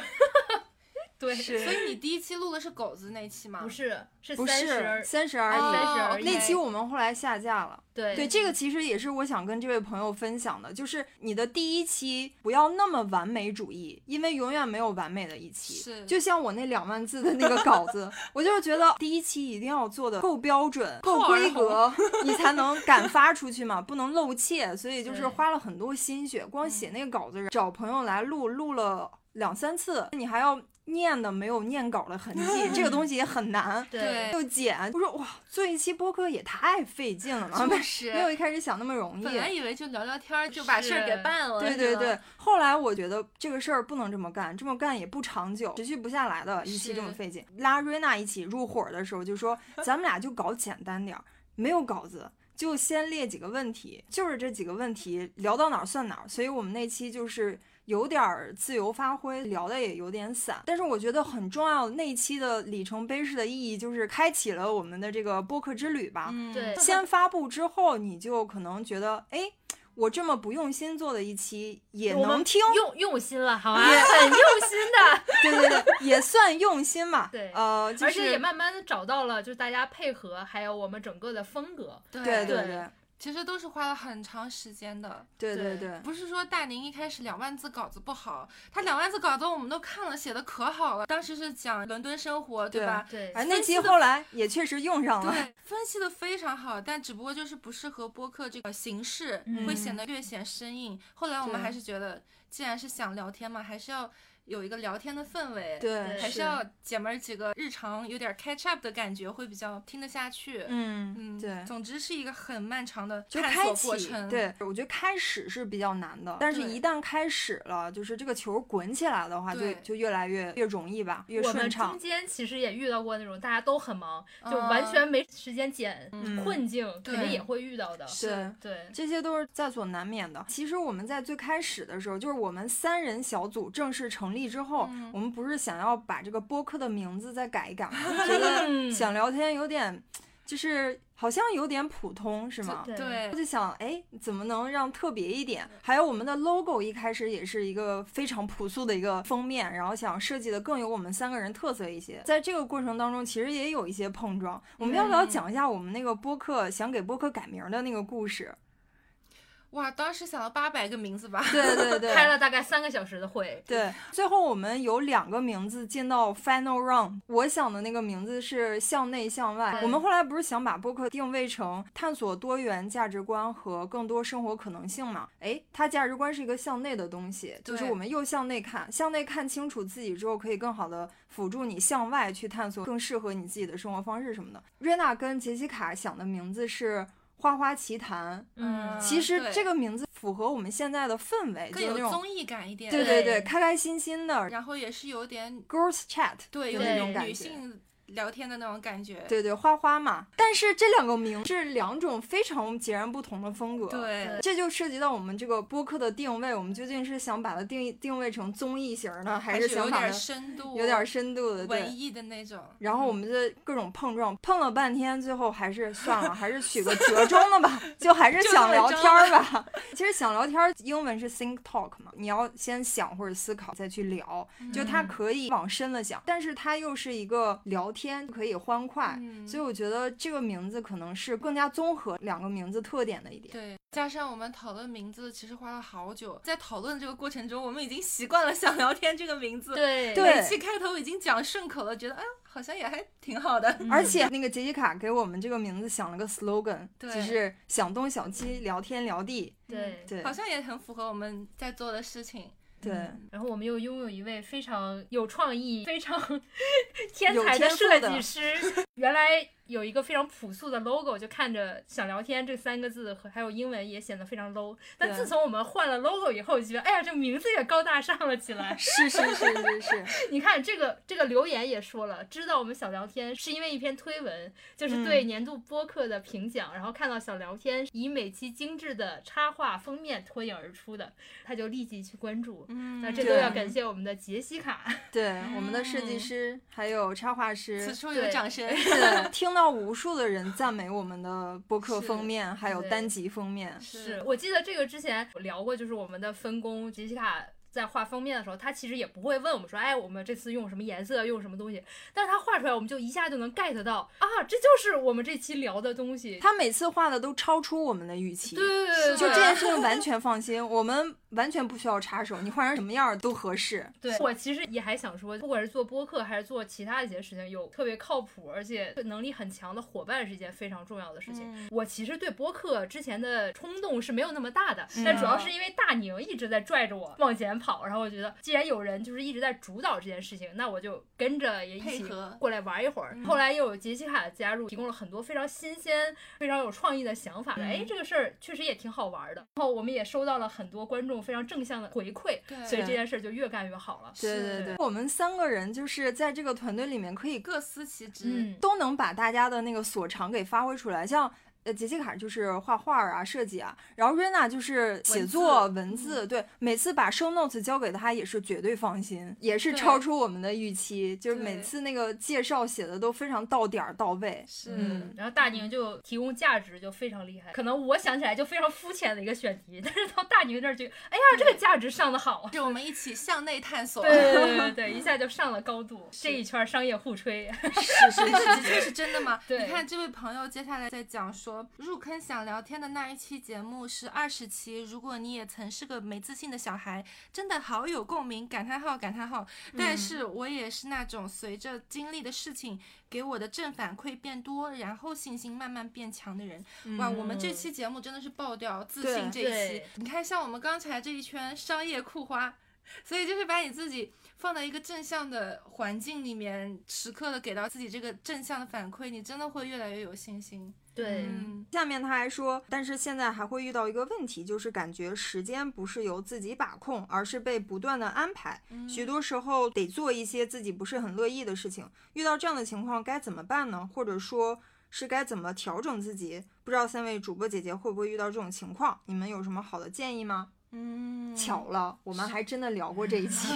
对，所以你第一期录的是狗子那期吗？不，是是不三是十，三十而哦已。三十而已。那期我们后来下架了。对对，这个其实也是我想跟这位朋友分享的，就是你的第一期不要那么完美主义，因为永远没有完美的一期。是就像我那两万字的那个稿子， 我就是觉得第一期一定要做的够标准、够厚而规格，你才能敢发出去嘛，不能露怯。所以就是对。花了很多心血，光写那个稿子，找朋友来录，录了两三次，你还要。念的没有念稿的痕迹，这个东西也很难 对又剪，我说哇，做一期播客也太费劲了嘛，就是没有一开始想那么容易。本来以为就聊聊天儿就把事儿给是办了，对是对吧对，，后来我觉得这个事儿不能这么干，这么干也不长久，持续不下来的，一期这么是费劲。拉瑞娜一起入伙的时候 就说，咱们俩就搞简单点儿，没有稿子，就先列几个问题，就是这几个问题聊到哪儿算哪儿。所以我们那期就是有点儿自由发挥，聊的也有点散。但是我觉得很重要，那一期的里程碑式的意义就是开启了我们的这个播客之旅吧。嗯， 对先发布之后，你就可能觉得，哎，我这么不用心做的一期也我能们听，用用心了，好吧，很用心的， 对对对，也算用心嘛。对呃，就而且也是慢慢的找到了，就是大家配合，还有我们整个的风格。对对对其实都是花了很长时间的，对对对对，不是说大宁一开始两万字稿子不好，他两万字稿子我们都看了，写的可好了。当时是讲伦敦生活，对吧？对，哎，分那期析得后来也确实用上了。对，分析的非常好，但只不过就是不适合播客这个形式，嗯会显得略显生硬。后来我们对还是觉得，既然是想聊天嘛，还是要有一个聊天的氛围。。 对，还是是要姐们儿几个日常有点 catch up 的感觉，会比较听得下去。嗯嗯，对。总之是一个很漫长的就探开索启过程。，对我觉得开始是比较难的，但是对一旦开始了，就是这个球滚起来的话，就对就越来越越容易吧，越我们顺中畅。间其实也遇到过那种大家都很忙，就啊完全没时间剪、嗯困境，肯对定也会遇到的。对，对，这些都是在所难免的。其实我们在最开始的时候，就是我们三人小组正式成立之后，嗯我们不是想要把这个播客的名字再改一 改吗？觉得嗯想聊天有点，就是好像有点普通，是吗？对对我就想，哎，怎么能让特别一点？还有我们的 logo 一开始也是一个非常朴素的一个封面，然后想设计的更有我们三个人特色一些。在这个过程当中，其实也有一些碰撞。我们要不嗯要讲一下我们那个播客想给播客改名的那个故事？哇，当时想到八百个名字吧。对对对，开了大概三个小时的会，对，最后我们有两个名字进到 final round。我想的那个名字是向内向外。对嗯我们后来不是想把播客定位成探索多元价值观和更多生活可能性嘛？诶，它价值观是一个向内的东西，就是对我们又向内看，向内看清楚自己之后，可以更好的辅助你向外去探索更适合你自己的生活方式什么的。瑞娜跟杰西卡想的名字是。花花奇谈，嗯，其实对这个名字符合我们现在的氛围，就更是有那种综艺感一点。对对对，对开开心心的，然后也是有点 girls chat，对有有那那种种感女觉。性聊天的那种感觉。对对，花花嘛，但是这两个名是两种非常截然不同的风格。，对这就涉及到我们这个播客的定位，我们究竟是想把它定义定位成综艺型呢，还是有想把点它深度，有点深度的？文对。艺的嗯那种。然后我们就各种碰撞，碰了半天，最后还是 算了，还是取个折中的吧，就还是就这想么聊着天儿吧。 其实想聊天儿，英文是 think talk 嘛，你要先想或者思考再去聊，就它嗯可以往深了想，但是它又是一个聊天，可以欢快，嗯所以我觉得这个名字可能是更加综合两个名字特点的一点。对，加上我们讨论名字，其实花了好久。在讨论这个过程中，我们已经习惯了“想聊天”这个名字。，对对每期开头已经讲顺口了，觉得啊，好像也还挺好的。嗯而且那个杰西卡给我们这个名字想了个 slogan，对就是想东想西，聊天聊地。对。对好像嗯也很符合我们在做的事情。对，然后我们又拥有一位非常有创意、非常 天有才天赋设的计师。原来有一个非常朴素的 logo，就看着“想聊天”这三个字和还有英文也显得非常 low。但对。自从我们换了 logo 以后，就觉得哎呀，这名字也高大上了起来是是是是是。你看这个这个留言也说了，知道我们小聊天是因为一篇推文，嗯就是对年度播客的评奖，然后看到小聊天以每期精致的插画封面脱颖而出的，他就立即去关注。嗯那这都对要感谢我们的杰西卡，对，我们的设计嗯师还有插画师此，处有对掌声。对，听到无数的人赞美我们的播客是封面，还有对单集封面。是我记得这个之前有聊过，就是我们的分工，杰西卡。在画封面的时候，他其实也不会问我们说，哎，我们这次用什么颜色，用什么东西，但是他画出来，我们就一下就能 get 到啊，这就是我们这期聊的东西。他每次画的都超出我们的预期，对对对就对，这对件事情完全放心，我们完全不需要插手，你换成什么样儿都合适。对我其实也还想说，不管是做播客还是做其他一些事情，有特别靠谱而且能力很强的伙伴是一件非常重要的事情。嗯我其实对播客之前的冲动是没有那么大的，嗯但主要是因为大宁一直在拽着我往前跑，然后我觉得既然有人就是一直在主导这件事情，那我就跟着也一配起合嗯过来玩一会儿。后来又有杰西卡的加入，提供了很多非常新鲜、非常有创意的想法。哎，嗯这个事儿确实也挺好玩的。然后我们也收到了很多观众非常正向的回馈，对所以这件事儿就越干越好了。对是对对，我们三个人就是在这个团队里面可以各各司其职。嗯，都能把大家的那个所长给发挥出来，像。呃，杰西卡就是画画啊、设计啊，然后瑞娜就是写作、文字，嗯对，每次把 show notes 交给她也是绝对放心，也是对超出我们的预期，就是对每次那个介绍写的都非常到点儿到位。是。嗯然后大宁就提供价值就非常厉害，可能我想起来就非常肤浅的一个选题，但是到大宁这儿就，哎呀，这个价值上 的好啊！是我们一起向内探索，对对对对，一下就上了高度，这一圈商业互吹， 是是是，这是真的吗？对你看这位朋友接下来在讲说，入坑想聊天的那一期节目是二十期，如果你也曾是个没自信的小孩，真的好有共鸣，感叹号感叹号。但是我也是那种随着经历的事情给我的正反馈变多，然后信心慢慢变强的人。哇，我们这期节目真的是爆掉自信这一对期，你看像我们刚才这一圈商业酷花。所以就是把你自己放到一个正向的环境里面，时刻的给到自己这个正向的反馈，你真的会越来越有信心。对，嗯，下面他还说，但是现在还会遇到一个问题，就是感觉时间不是由自己把控，而是被不断的安排。许多时候得做一些自己不是很乐意的事情。遇到这样的情况该怎么办呢？或者说是该怎么调整自己？不知道三位主播姐姐会不会遇到这种情况？你们有什么好的建议吗？嗯，巧了，我们还真的聊过这一期。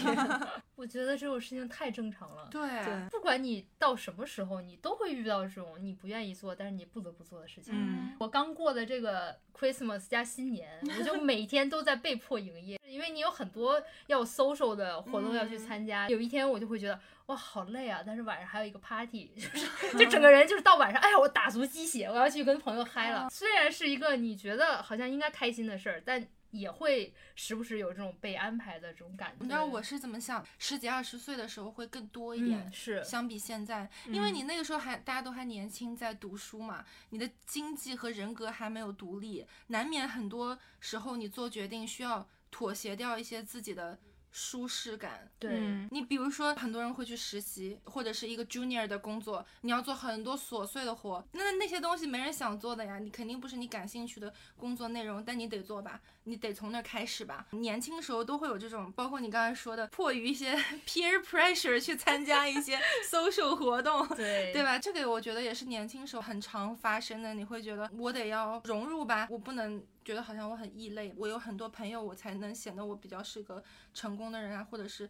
我觉得这种事情太正常了。对，嗯对，不管你到什么时候，你都会遇到这种你不愿意做，但是你不得不做的事情。嗯我刚过的这个 Christmas 加新年，我就每天都在被迫营业，因为你有很多要 social 的活动要去参加。有一天我就会觉得哇好累啊，但是晚上还有一个 party，就是就 整个人就是到晚上，哎呀我打足鸡血，我要去跟朋友嗨了。 虽然是一个你觉得好像应该开心的事儿，但也会时不时有这种被安排的这种感觉。你知道我是怎么想？十几二十岁的时候会更多一点，嗯是相比现在，因为你那个时候还大家都还年轻，在读书嘛，你的经济和人格还没有独立，难免很多时候你做决定需要妥协掉一些自己的舒适感。对。你比如说，很多人会去实习，或者是一个 junior 的工作，你要做很多琐碎的活，那那些东西没人想做的呀，你肯定不是你感兴趣的工作内容，但你得做吧，你得从那儿开始吧。年轻时候都会有这种，包括你刚才说的，迫于一些 peer pressure 去参加一些 social 活动，对对吧？这个我觉得也是年轻时候很常发生的，你会觉得我得要融入吧，我不能觉得好像我很异类，我有很多朋友，我才能显得我比较是个成功的人啊，或者是。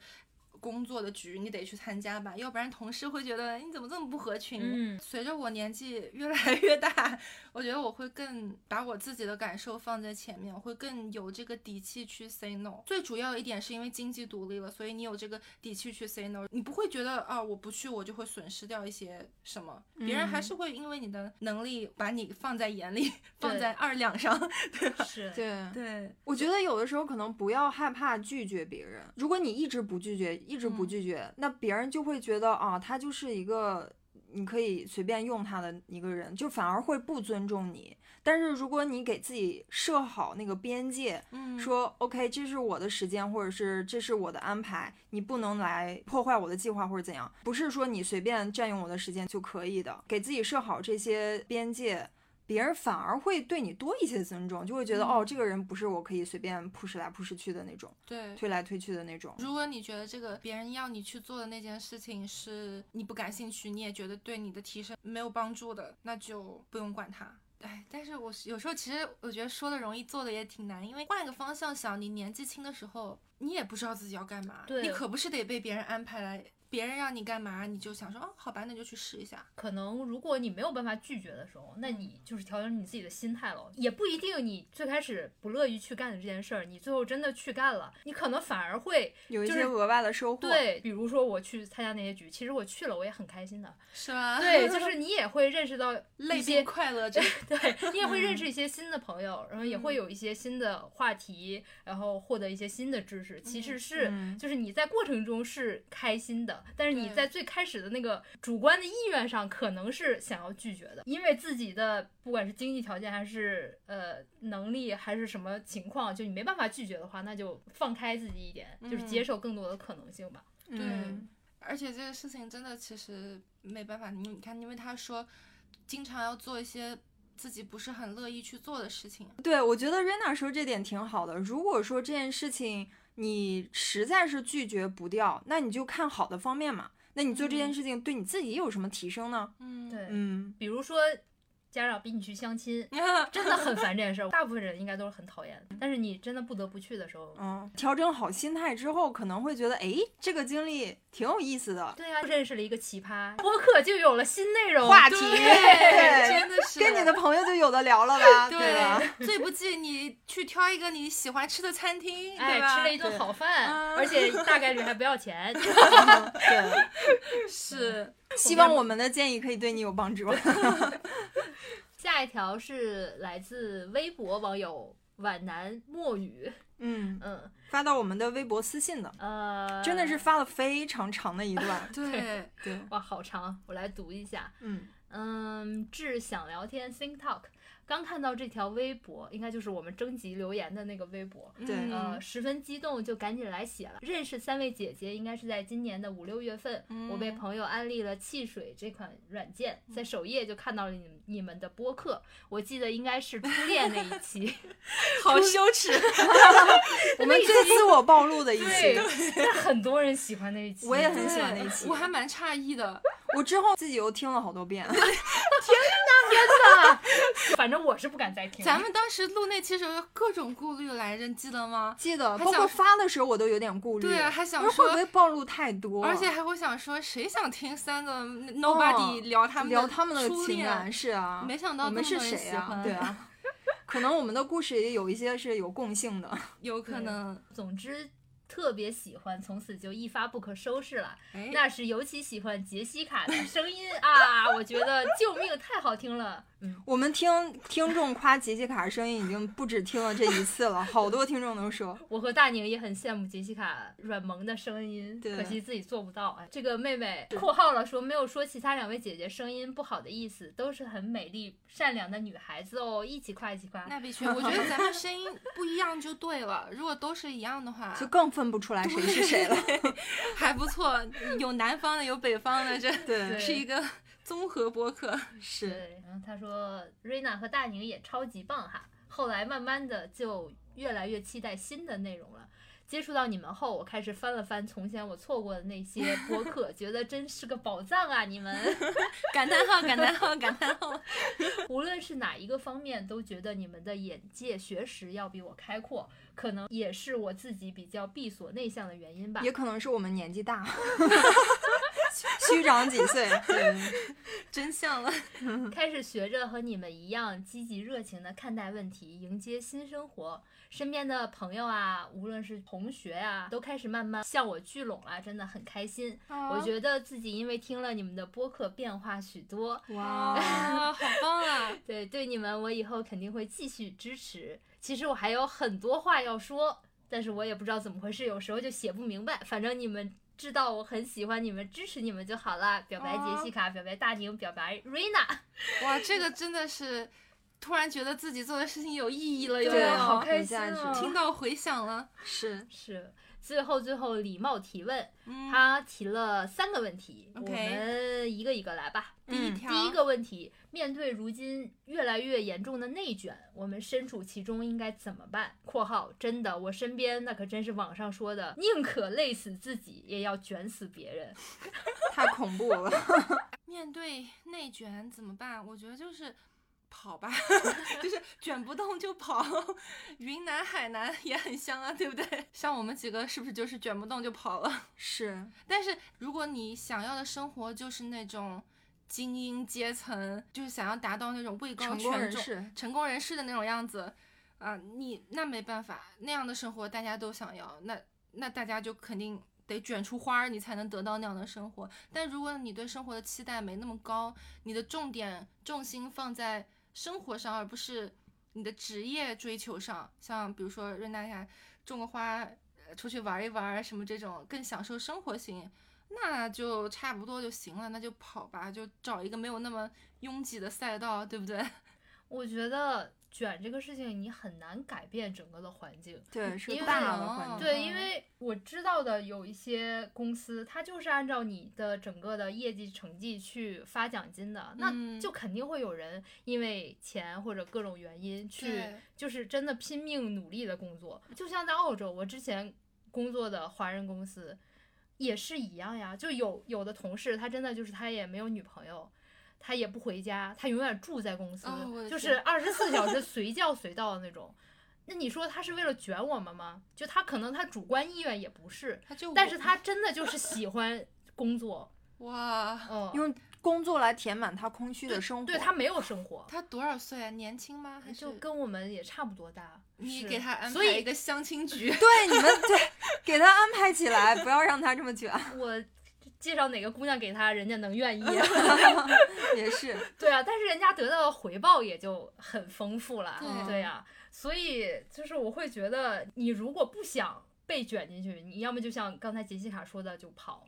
工作的局你得去参加吧，要不然同事会觉得哎你怎么这么不合群。嗯随着我年纪越来越大，我觉得我会更把我自己的感受放在前面，我会更有这个底气去 say no。最主要一点是因为经济独立了，所以你有这个底气去 say no，你不会觉得啊我不去我就会损失掉一些什么，别人还是会因为你的能力把你放在眼里， 放在二两上，对吧？是， 对对，我觉得有的时候可能不要害怕拒绝别人，如果你一直不拒绝，一直不拒绝，那别人就会觉得啊，他就是一个你可以随便用他的一个人，就反而会不尊重你。但是如果你给自己设好那个边界，嗯说 OK，这是我的时间，或者是这是我的安排，你不能来破坏我的计划或者怎样，不是说你随便占用我的时间就可以的，给自己设好这些边界。别人反而会对你多一些尊重，就会觉得、嗯哦，这个人不是我可以随便 push 来 push 去的那种，对。推来推去的那种。如果你觉得这个别人要你去做的那件事情是你不感兴趣，你也觉得对你的提升没有帮助的，那就不用管它。哎，但是我有时候其实我觉得说的容易，做的也挺难，因为换一个方向想，你年纪轻的时候，你也不知道自己要干嘛，对你可不是得被别人安排来，别人让你干嘛，你就想说，哦，好吧，那就去试一下。可能如果你没有办法拒绝的时候，那你就是调整你自己的心态了。也不一定你最开始不乐于去干的这件事儿，你最后真的去干了，你可能反而会有一就些是额外的收获，，对，比如说我去参加那些局，其实我去了，我也很开心的。是吧？对，就是你也会认识到累并一些，快乐着。对你也会认识一些新的朋友，然后也会有一些新的话题，然后获得一些新的知识。其实是嗯就是你在过程中是开心的，但是你对在最开始的那个主观的意愿上，可能是想要拒绝的，因为自己的不管是经济条件还是呃能力还是什么情况，就你没办法拒绝的话，那就放开自己一点，就是接受更多的可能性吧。嗯，而且这个事情真的其实没办法，你你看，因为他说经常要做一些自己不是很乐意去做的事情，对，我觉得 Rena 说这点挺好的。如果说这件事情你实在是拒绝不掉，那你就看好的方面嘛。那你做这件事情对你自己有什么提升呢？嗯， 对，嗯，比如说家长逼你去相亲，真的很烦这件事儿，大部分人应该都是很讨厌的，但是你真的不得不去的时候，嗯，调整好心态之后，可能会觉得，哎，这个经历挺有意思的对呀、啊认识了一个奇葩，播客就有了新内容话题， 真对，的是跟你的朋友就有的聊了吧？对吧？ 对，最不济你去挑一个你喜欢吃的餐厅，哎，对吧？吃了一顿好饭，嗯而 且大概率还不要钱。 对， 是，希望我们的建议可以对你有帮助。下一条是来自微博网友皖南墨雨， 嗯，嗯发到我们的微博私信的，呃，真的是发了非常长的一段。 对， 对，哇，好长，我来读一下。嗯嗯，致想聊天 Think Talk，刚看到这条微博，应该就是我们征集留言的那个微博，对嗯呃，十分激动，就赶紧来写了。认识三位姐姐应该是在今年的五六月份，我被朋友安利了汽水这款软件，在首页就看到了你们你们的播客，我记得应该是初恋那一期，好羞耻，我们最自我暴露的一对期，，但很多人喜欢那一期，我也很喜欢那一期我。还蛮诧异的。我之后自己又听了好多 遍，反正我是不敢再听了。咱们当时录那期时候有各种顾虑来着，你记得吗？记得还包括想发的时候我都有点顾虑，对啊还 想我会不说会暴露太多，哦而且还会想说，谁想听三个 nobody 聊他们聊他们的初情恋感？是啊，没想到我们这是么多人谁喜啊？欢对啊，可能我们的故事也有一些是有共性的，有可能，总之特别喜欢，从此就一发不可收拾了。哎，那是尤其喜欢杰西卡的声音啊，我觉得救命太好听了。嗯，我们听听众夸杰西卡的声音已经不止听了这一次了，好多听众都说，我和大宁也很羡慕杰西卡软萌的声音，对可惜自己做不到。哎，这个妹妹（括号了说没有说其他两位姐姐声音不好的意思，都是很美丽善良的女孩子哦，一起夸一起夸。那必须。我觉得咱们声音不一样就对了，如果都是一样的话，就更分不出来谁是谁了。 还不错。有南方的，有北方的，这对是一个综合播客。 是，对，然后她说瑞娜和大宁也超级棒哈。后来慢慢的就越来越期待新的内容了。接触到你们后，我开始翻了翻从前我错过的那些播 客，觉得真是个宝藏啊！你们感叹号，感叹号，感叹号。无论是哪一个方面，都觉得你们的眼界、学识要比我开阔，可能也是我自己比较闭锁内向的原因吧也。可能是我们年 纪大，虚长几岁。对， 真相了。开始学着和你们一样积极热情地看待问题，迎接新生活。身边的朋友啊，无论是同学啊，都开始慢慢向我聚拢了，真的很开心。啊我觉得自己因为听了你们的播客变化许多，哇，啊，好棒啊！对对你们，我以后肯定会继续支持。其实我还有很多话要说，但是我也不知道怎么回事，有时候就写不明白。反正你们知道我很喜欢你们，支持你们就好啦。表白杰西卡，表白大宁，表白瑞娜。哇，这个真的是突然觉得自己做的事情有意义了，有没对有？好开开心心哦哦！听到回响了，是是最后最后礼貌提问，嗯，他提了三个问题， OK 我们一个一个来吧。第一嗯条，第一个问题，面对如今越来越严重的内卷，我们身处其中应该怎么办？（括号真的，我身边那可真是网上说的，宁可累死自己，也要卷死别人。太恐怖了。面对内卷怎么办？我觉得就是跑 吧，就是卷不动就跑。云南、海南也很香啊，对不对？像我们几个是不是就是卷不动就跑了？ 是，但是如果你想要的生活就是那种精英阶层，就是想要达到那种位高成权功重、人士成功人士的那种样子，啊、你那没办法，那样的生活大家都想要，那那大家就肯定得卷出花儿，你才能得到那样的生活。但如果你对生活的期待没那么高，你的重点重心放在生活上，而不是你的职业追求上，像比如说瑞娜呀，种个花，呃出去玩一玩什么这种更享受生活型，那就差不多就行了，那就跑吧，就找一个没有那么拥挤的赛道，对不对？ 我觉得卷这个事情，你很难改变整个的环境。对，是因为大的环哦境。对，嗯因为我知道的有一些公司，它就是按照你的整个的业绩成绩去发奖金的，嗯那就肯定会有人因为钱或者各种原因去，对就是真的拼命努力的工作。就像在澳洲，我之前工作的华人公司也是一样呀，就有有的同事他真的就是他也没有女朋友。他也不回家，他永远住在公司，哦我的就是天二十四小 时随叫随到的那种。那你说他是为了卷我们吗？就他可能他主观意愿也不是，他就但是他真的就是喜欢 工作，哇，嗯，用工作来填满他空虚的对生活。对他没有生活，他多少岁啊？年轻吗？还是就跟我们也差不多大。你是给他安排所以一个相 亲局？对你们对，给他安排起来，不要让他这么卷。啊我介绍哪个姑娘给他，人家能愿 意。啊 也是， 对啊，但是人家得到的回报也就很丰富了，对呀、所以就是我会觉得，你如果不想被卷进去，你要么就像刚才杰西卡说的，就跑。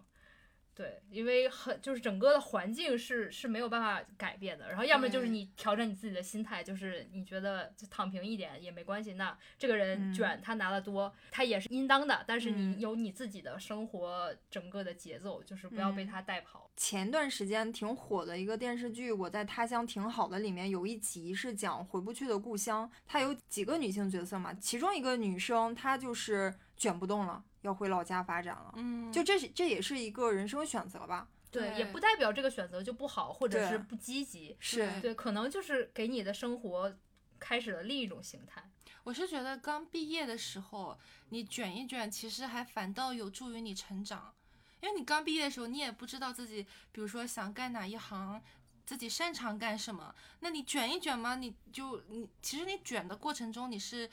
对，因为很就是整个的环境是是没有办法改变的，然后要么就是对你调整你自己的心态，就是你觉得就躺平一点也没关系。那这个人卷、他拿的多，他也是应当的，但是你嗯有你自己的生活整个的节奏，就是不要被嗯他带跑。前段时间挺火的一个电视剧《我在他乡挺好的》，里面有一集是讲回不去的故乡，它有几个女性角色嘛，其中一个女生她就是卷不动了，要回老家发展了，嗯就这是这也是一个人生选择吧，对，对也不代表这个选择就不好，或者对是不积极。是对，可能就是给你的生活开始了另一种形态。我是觉得刚毕业的时候，你卷一卷，其实还反倒有助于你成长，因为你刚毕业的时候，你也不知道自己，比如说想干哪一行，自己擅长干什么，那你卷一卷嘛，你就你其实你卷的过程中，你是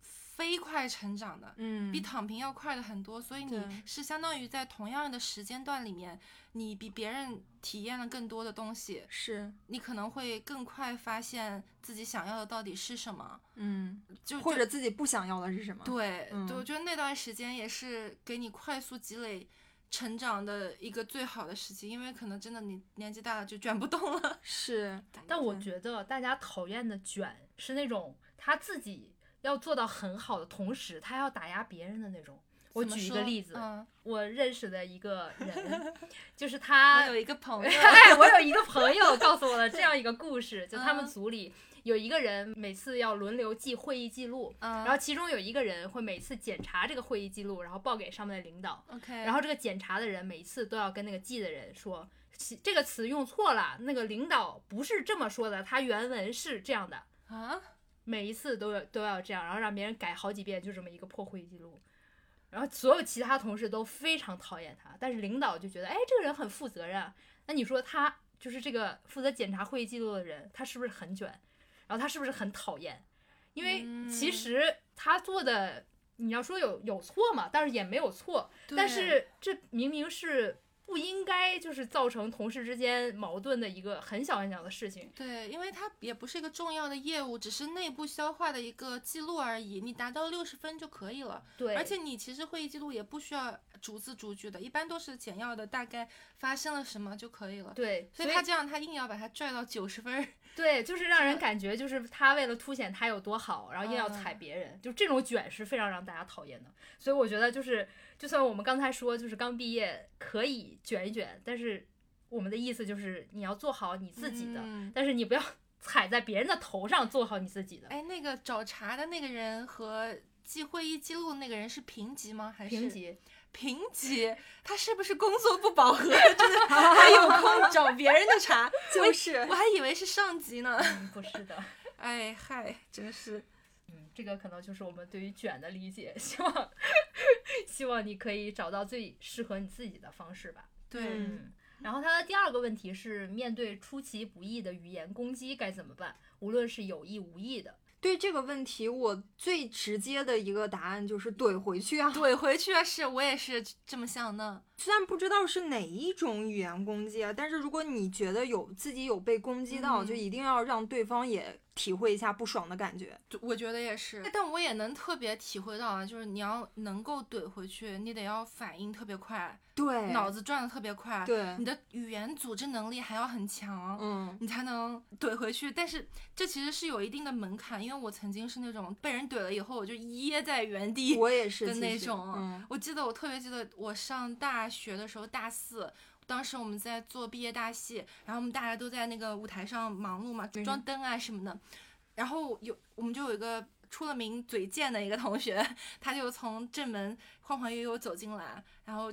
飞快成长的，嗯比躺平要快的很多，所以对你是相当于在同样的时间段里面，你比别人体验了更多的东西，是，你可能会更快发现自己想要的到底是什么，嗯，就或就者自己不想要的是什么？，对，嗯对，我觉得那段时间也是给你快速积累成长的一个最好的时期，因为可能真的你年纪大了就卷不动了。是，但我对觉得大家讨厌的卷是那种他自己要做到很好的同时，他要打压别人的那种。我怎么举一说个例子，嗯，我认识的一个 人，就是我他 有一个朋友，哎，我有一个朋友告诉我了这样一个故事，就他们嗯组里有一个人每次要轮流记会议记录，嗯，然后其中有一个人会每次检查这个会议记录，然后报给上面的领导。 OK，然后这个检查的人每次都要跟那个记的人说，其这个词用错了，那个领导不是这么说的，他原文是这样的。啊，每一次都要都要这样，然后让别人改好几遍，就这么一个破会议记录。然后所有其他同事都非常讨厌他，但是领导就觉得，哎，这个人很负责任啊。那你说他就是这个负责检查会议记录的人，他是不是很卷？然后他是不是很讨厌？因为其嗯实他做的，你要说有有错嘛，但是也没有错，但是这明明是不应该就是造成同事之间矛盾的一个很小很小的事情。对，因为它也不是一个重要的业务，只是内部消化的一个记录而已，你达到六十分就可以了。对而且你其实会议记录也不需要逐字逐句的，一般都是简要的，大概发生了什么就可以了。对，所以他这样，他硬要把它拽到九十分儿。对，就是让人感觉就是他为了凸显他有多好，然后硬要踩嗯别人，就这种卷是非常让大家讨厌的。所以我觉得就是，就算我们刚才说就是刚毕业可以卷一卷，但是我们的意思就是你要做好你自己的，嗯但是你不要 踩在别人的头上，做好你自己的。哎，那个找茬的那个人和记会议记录的那个人是平级吗？还是评？级，平级，他是不是工作不饱和， 就是还有空找别人的茬？就是我还以为是上级呢。嗯，不是的，哎嗨，真是。嗯，这个可能就是我们对于卷的理解。希望， 希望你可以找到最适合你自己的方式吧。对，嗯嗯，然后他的第二个问题是，面对出其不意的语言攻击该怎么办？无论是有意无意的，对这个问题，我最直接的一个答案就是怼回去啊！怼回去啊！是我也是这么想的。虽然不知道是哪一种语言攻击啊，但是如果你觉得有自己有被攻击到，嗯就一定要让对方也体会一下不爽的感觉。我觉得也是，哎但我也能特别体会到啊，就是你要能够怼回去，你得要反应特别快，对，脑子转的特别快，对你，的语言组织能力还要很强，嗯，你才能怼回去。但是这其实是有一定的门槛，因为我曾经是那种被人怼了以后我就噎在原地我也是的其那实种。嗯我记得我特别记得我上大学的时候，大四。当时我们在做毕业大戏，然后我们大家都在那个舞台上忙碌嘛，装灯啊什么的。然后有我们就有一个出了名嘴贱的一个同学，他就从正门晃晃悠悠走进来，然后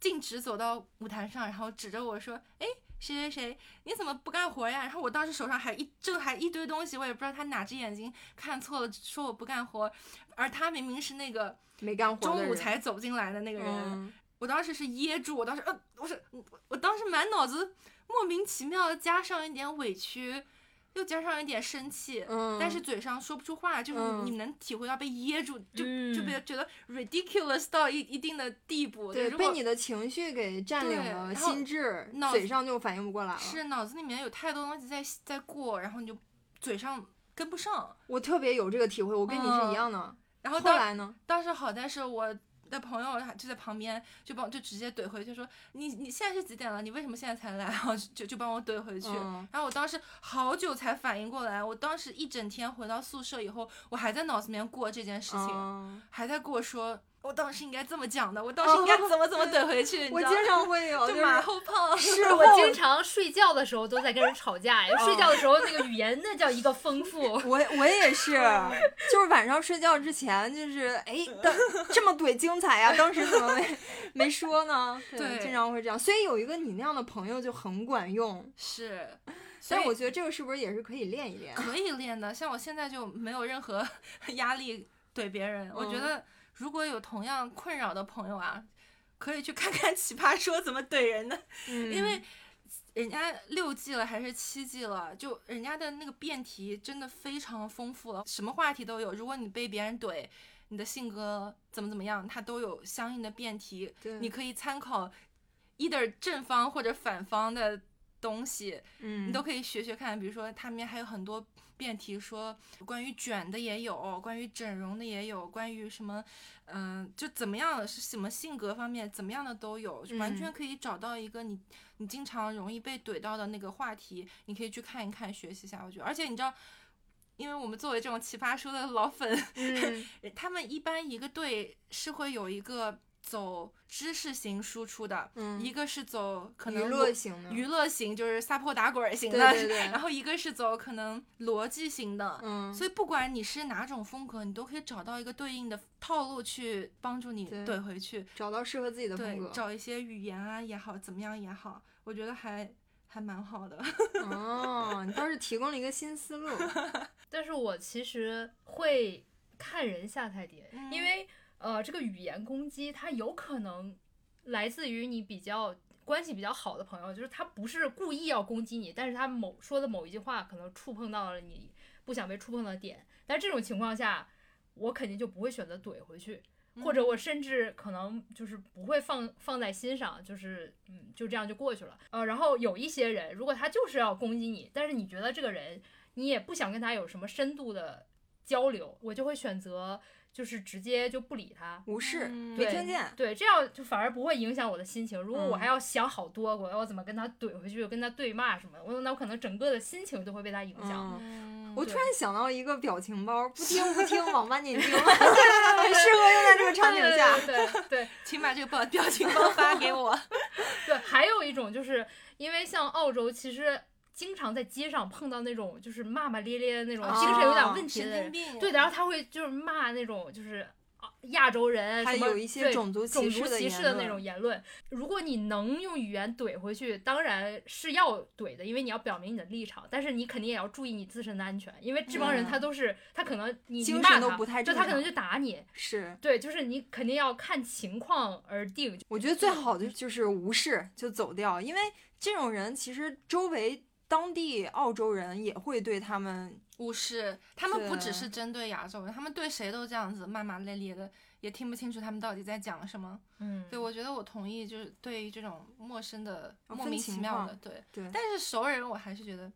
径直走到舞台上，然后指着我说：“哎，谁谁谁，你怎么不干活呀？”然后我当时手上还一正还一堆东西，我也不知道他哪只眼睛看错了，说我不干活，而他明明是那个没干活的中午人才走进来的那个人。嗯我当时是噎住，我当时呃，我是我我当时满脑子莫名其妙的加上一点委屈，又加上一点生气，嗯，但是嘴上说不出话，就是嗯你能体会到被噎住，就就嗯被觉得 ridiculous 到一一定的地步。对如被果你的情绪给占领对了然后心智脑，嘴子上就反应不过来了。是脑子里面有太多东西在在过，然后你就嘴上跟不上。我特别有这个体会，我跟你是嗯一样的。然后后当来呢？当时好在是我的朋友还就在旁边，就帮就直接怼回去说你你现在是几点了？你为什么现在才来？ 然后就就帮我怼回去。嗯然后我当时好久才反应过来，我当时一整天回到宿舍以后，我还在脑子里面过这件事情，嗯还在跟我说我当时应该这么讲的，我当时应该怎么怎么怼回 去。哦我你经知道吗常会有，就 就是马后炮， 事后我经常睡觉的时候都在跟人吵架呀，睡觉的时候那个语言那叫一个丰富。我我 也是，就是晚上睡觉之前，就是哎，当这么怼精彩呀、当时怎么没没说呢？对经常会这样，所以有一个你那样的朋友就很管用。是，所但以我觉得这个是不是也是可以练一练？可以练的。像我现在就没有任何 压力怼别人。我觉嗯得如果有同样困扰的朋友啊，可以去看看《奇葩说》怎么怼人的，嗯因为人家六季了还是七季了，就人家的那个辩题真的非常丰富了，什么话题都有。如果你被别人怼，你的性格怎么怎么样，它都有相应的辩题，嗯对你可以参考 either 正方或者反方的东西。嗯你都可以学学看。比如说，它里面还有很多辩题，说关于卷的也有，关于整容的也有，关于什么，嗯、就怎么样是什么性格方面，怎么样的都有，就完全嗯可以找到一个你你经常容易被怼到的那个话题，你可以去看一看，学习一下。我觉得，而且你知道。因为我们作为这种奇葩说的老粉，嗯他们一般一个队是会有一个走知识型输出的，嗯一个是走可娱能乐我型的，娱乐型就是撒泼打滚儿型的，对对对 然后一个是走可能逻辑型的。嗯，所以不管你是哪种风格，你都可以找到一个对应的套路去帮助你对怼回去。找到适合自己的风对，格。找一些语言啊也好，怎么样也好，我觉得还还蛮好的。哦，你倒是提供了一个新思路。但是我其实会看人下菜碟，嗯因为呃，这个语言攻击它有可能来自于你比较关系比较好的朋友，就是他不是故意要攻击你，但是他某说的某一句话可能触碰到了你不想被触碰的点，但这种情况下，我肯定就不会选择怼回去。或者我甚至可能就是不会放放在心上，就是嗯，就这样就过去了。呃，然后有一些人，如果他就是要攻击你，但是你觉得这个人你也不想跟他有什么深度的交流，我就会选择就是直接就不理他。无视，嗯没对听见。对，这样就反而不会影响我的心情。如果嗯我还要想好多，我要怎么跟他怼回去，跟他对骂什么的，我那我可能整个的心情都会被他影响。嗯， 嗯我对突然想到一个表情包，不听不听，往慢点听，很适合用在这个场景下。对对对对对请把这个表表情包发给 我。对，还有一种就是因为像澳洲，其实经常在街上碰到那种就是骂骂咧咧的那种精神有哦点问题的神人经，病。啊对，然后他会就是骂那种就是啊亚洲人，还什么有一些对种种族歧视视的言那论种言论。如果你能用语言怼回去，当然是要怼的，因为你要表明你的立场，但是你肯定也要注意你自身的安全，因为这帮人嗯他都是、他可能你精你神骂都他不太就正他可能常就打你，是，对，就是你肯定要看情况而定。我觉得最好的就是无视就走掉，因为这种人其实周围当地澳洲人也会对他们，无视，他们不对只是针对亚洲人，他们对谁都这样子骂骂咧咧的，也听不清楚他们到底在讲什么。嗯，对，我觉得我同意，就是对于这种陌生的、啊莫分名情其妙的，况对。对但是熟人，我还是觉得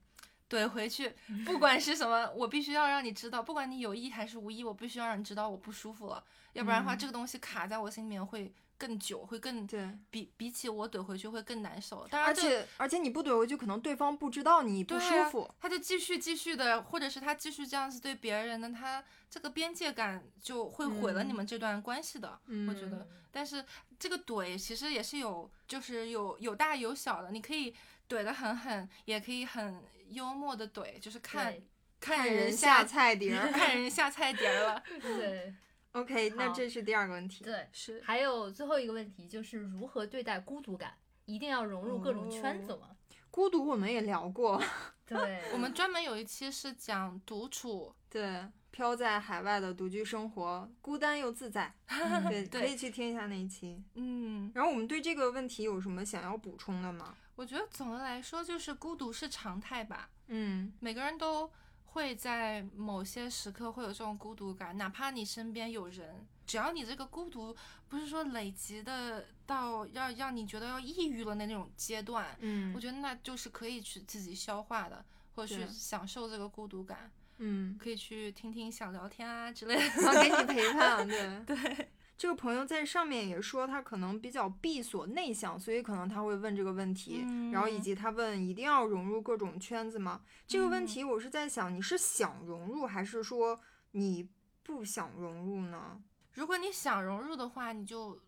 怼回 去，不管是什么，我必须要让你知道，不管你有意还是无意，我必须要让你知道我不舒服了，要不然的话，嗯这个东西卡在我心里面会更久，会更对，比比起我怼回去会更难受。当然而这，且而且你不怼回去，可能对方不知道你不对舒啊服，他就继续继续的，或者是他继续这样子对别人呢，他这个边界感就会毁了你嗯们这段关系的。嗯我觉得，但是这个怼其实也是有，就是有有大有小的，你可以怼得很狠，也可以很幽默的怼，就是看对看看人人下下菜碟儿。看人下菜 碟儿了。对 OK，那好这是第二个问题。对。是，还有最后一个问题就是如何对待孤独感，一定要融入各种圈子吗？孤独我们也聊过，对，嗯我们专门有一期是讲独处，对，飘在海外的独居生活，孤单又自在。嗯对，可以去听一下那一期。嗯，然后我们对这个问题有什么想要补充的吗？我觉得总的来说就是孤独是常态吧。嗯每个人都会在某些时刻会有这种孤独感，哪怕你身边有人，只要你这个孤独不是说累积的到要让你觉得要抑郁了的那种阶段，嗯我觉得那就是可以去自己消化的，或者去对享受这个孤独感，嗯， 可以去听听想聊天啊之类的。 然后给你陪伴，对对。这个朋友在上面也说他可能比较闭锁内向，所以可能他会问这个问题，然后以及他问一定要融入各种圈子吗？这个问题我是在想，你是想融入还是说你不想融入呢？如果你想融入的话，你就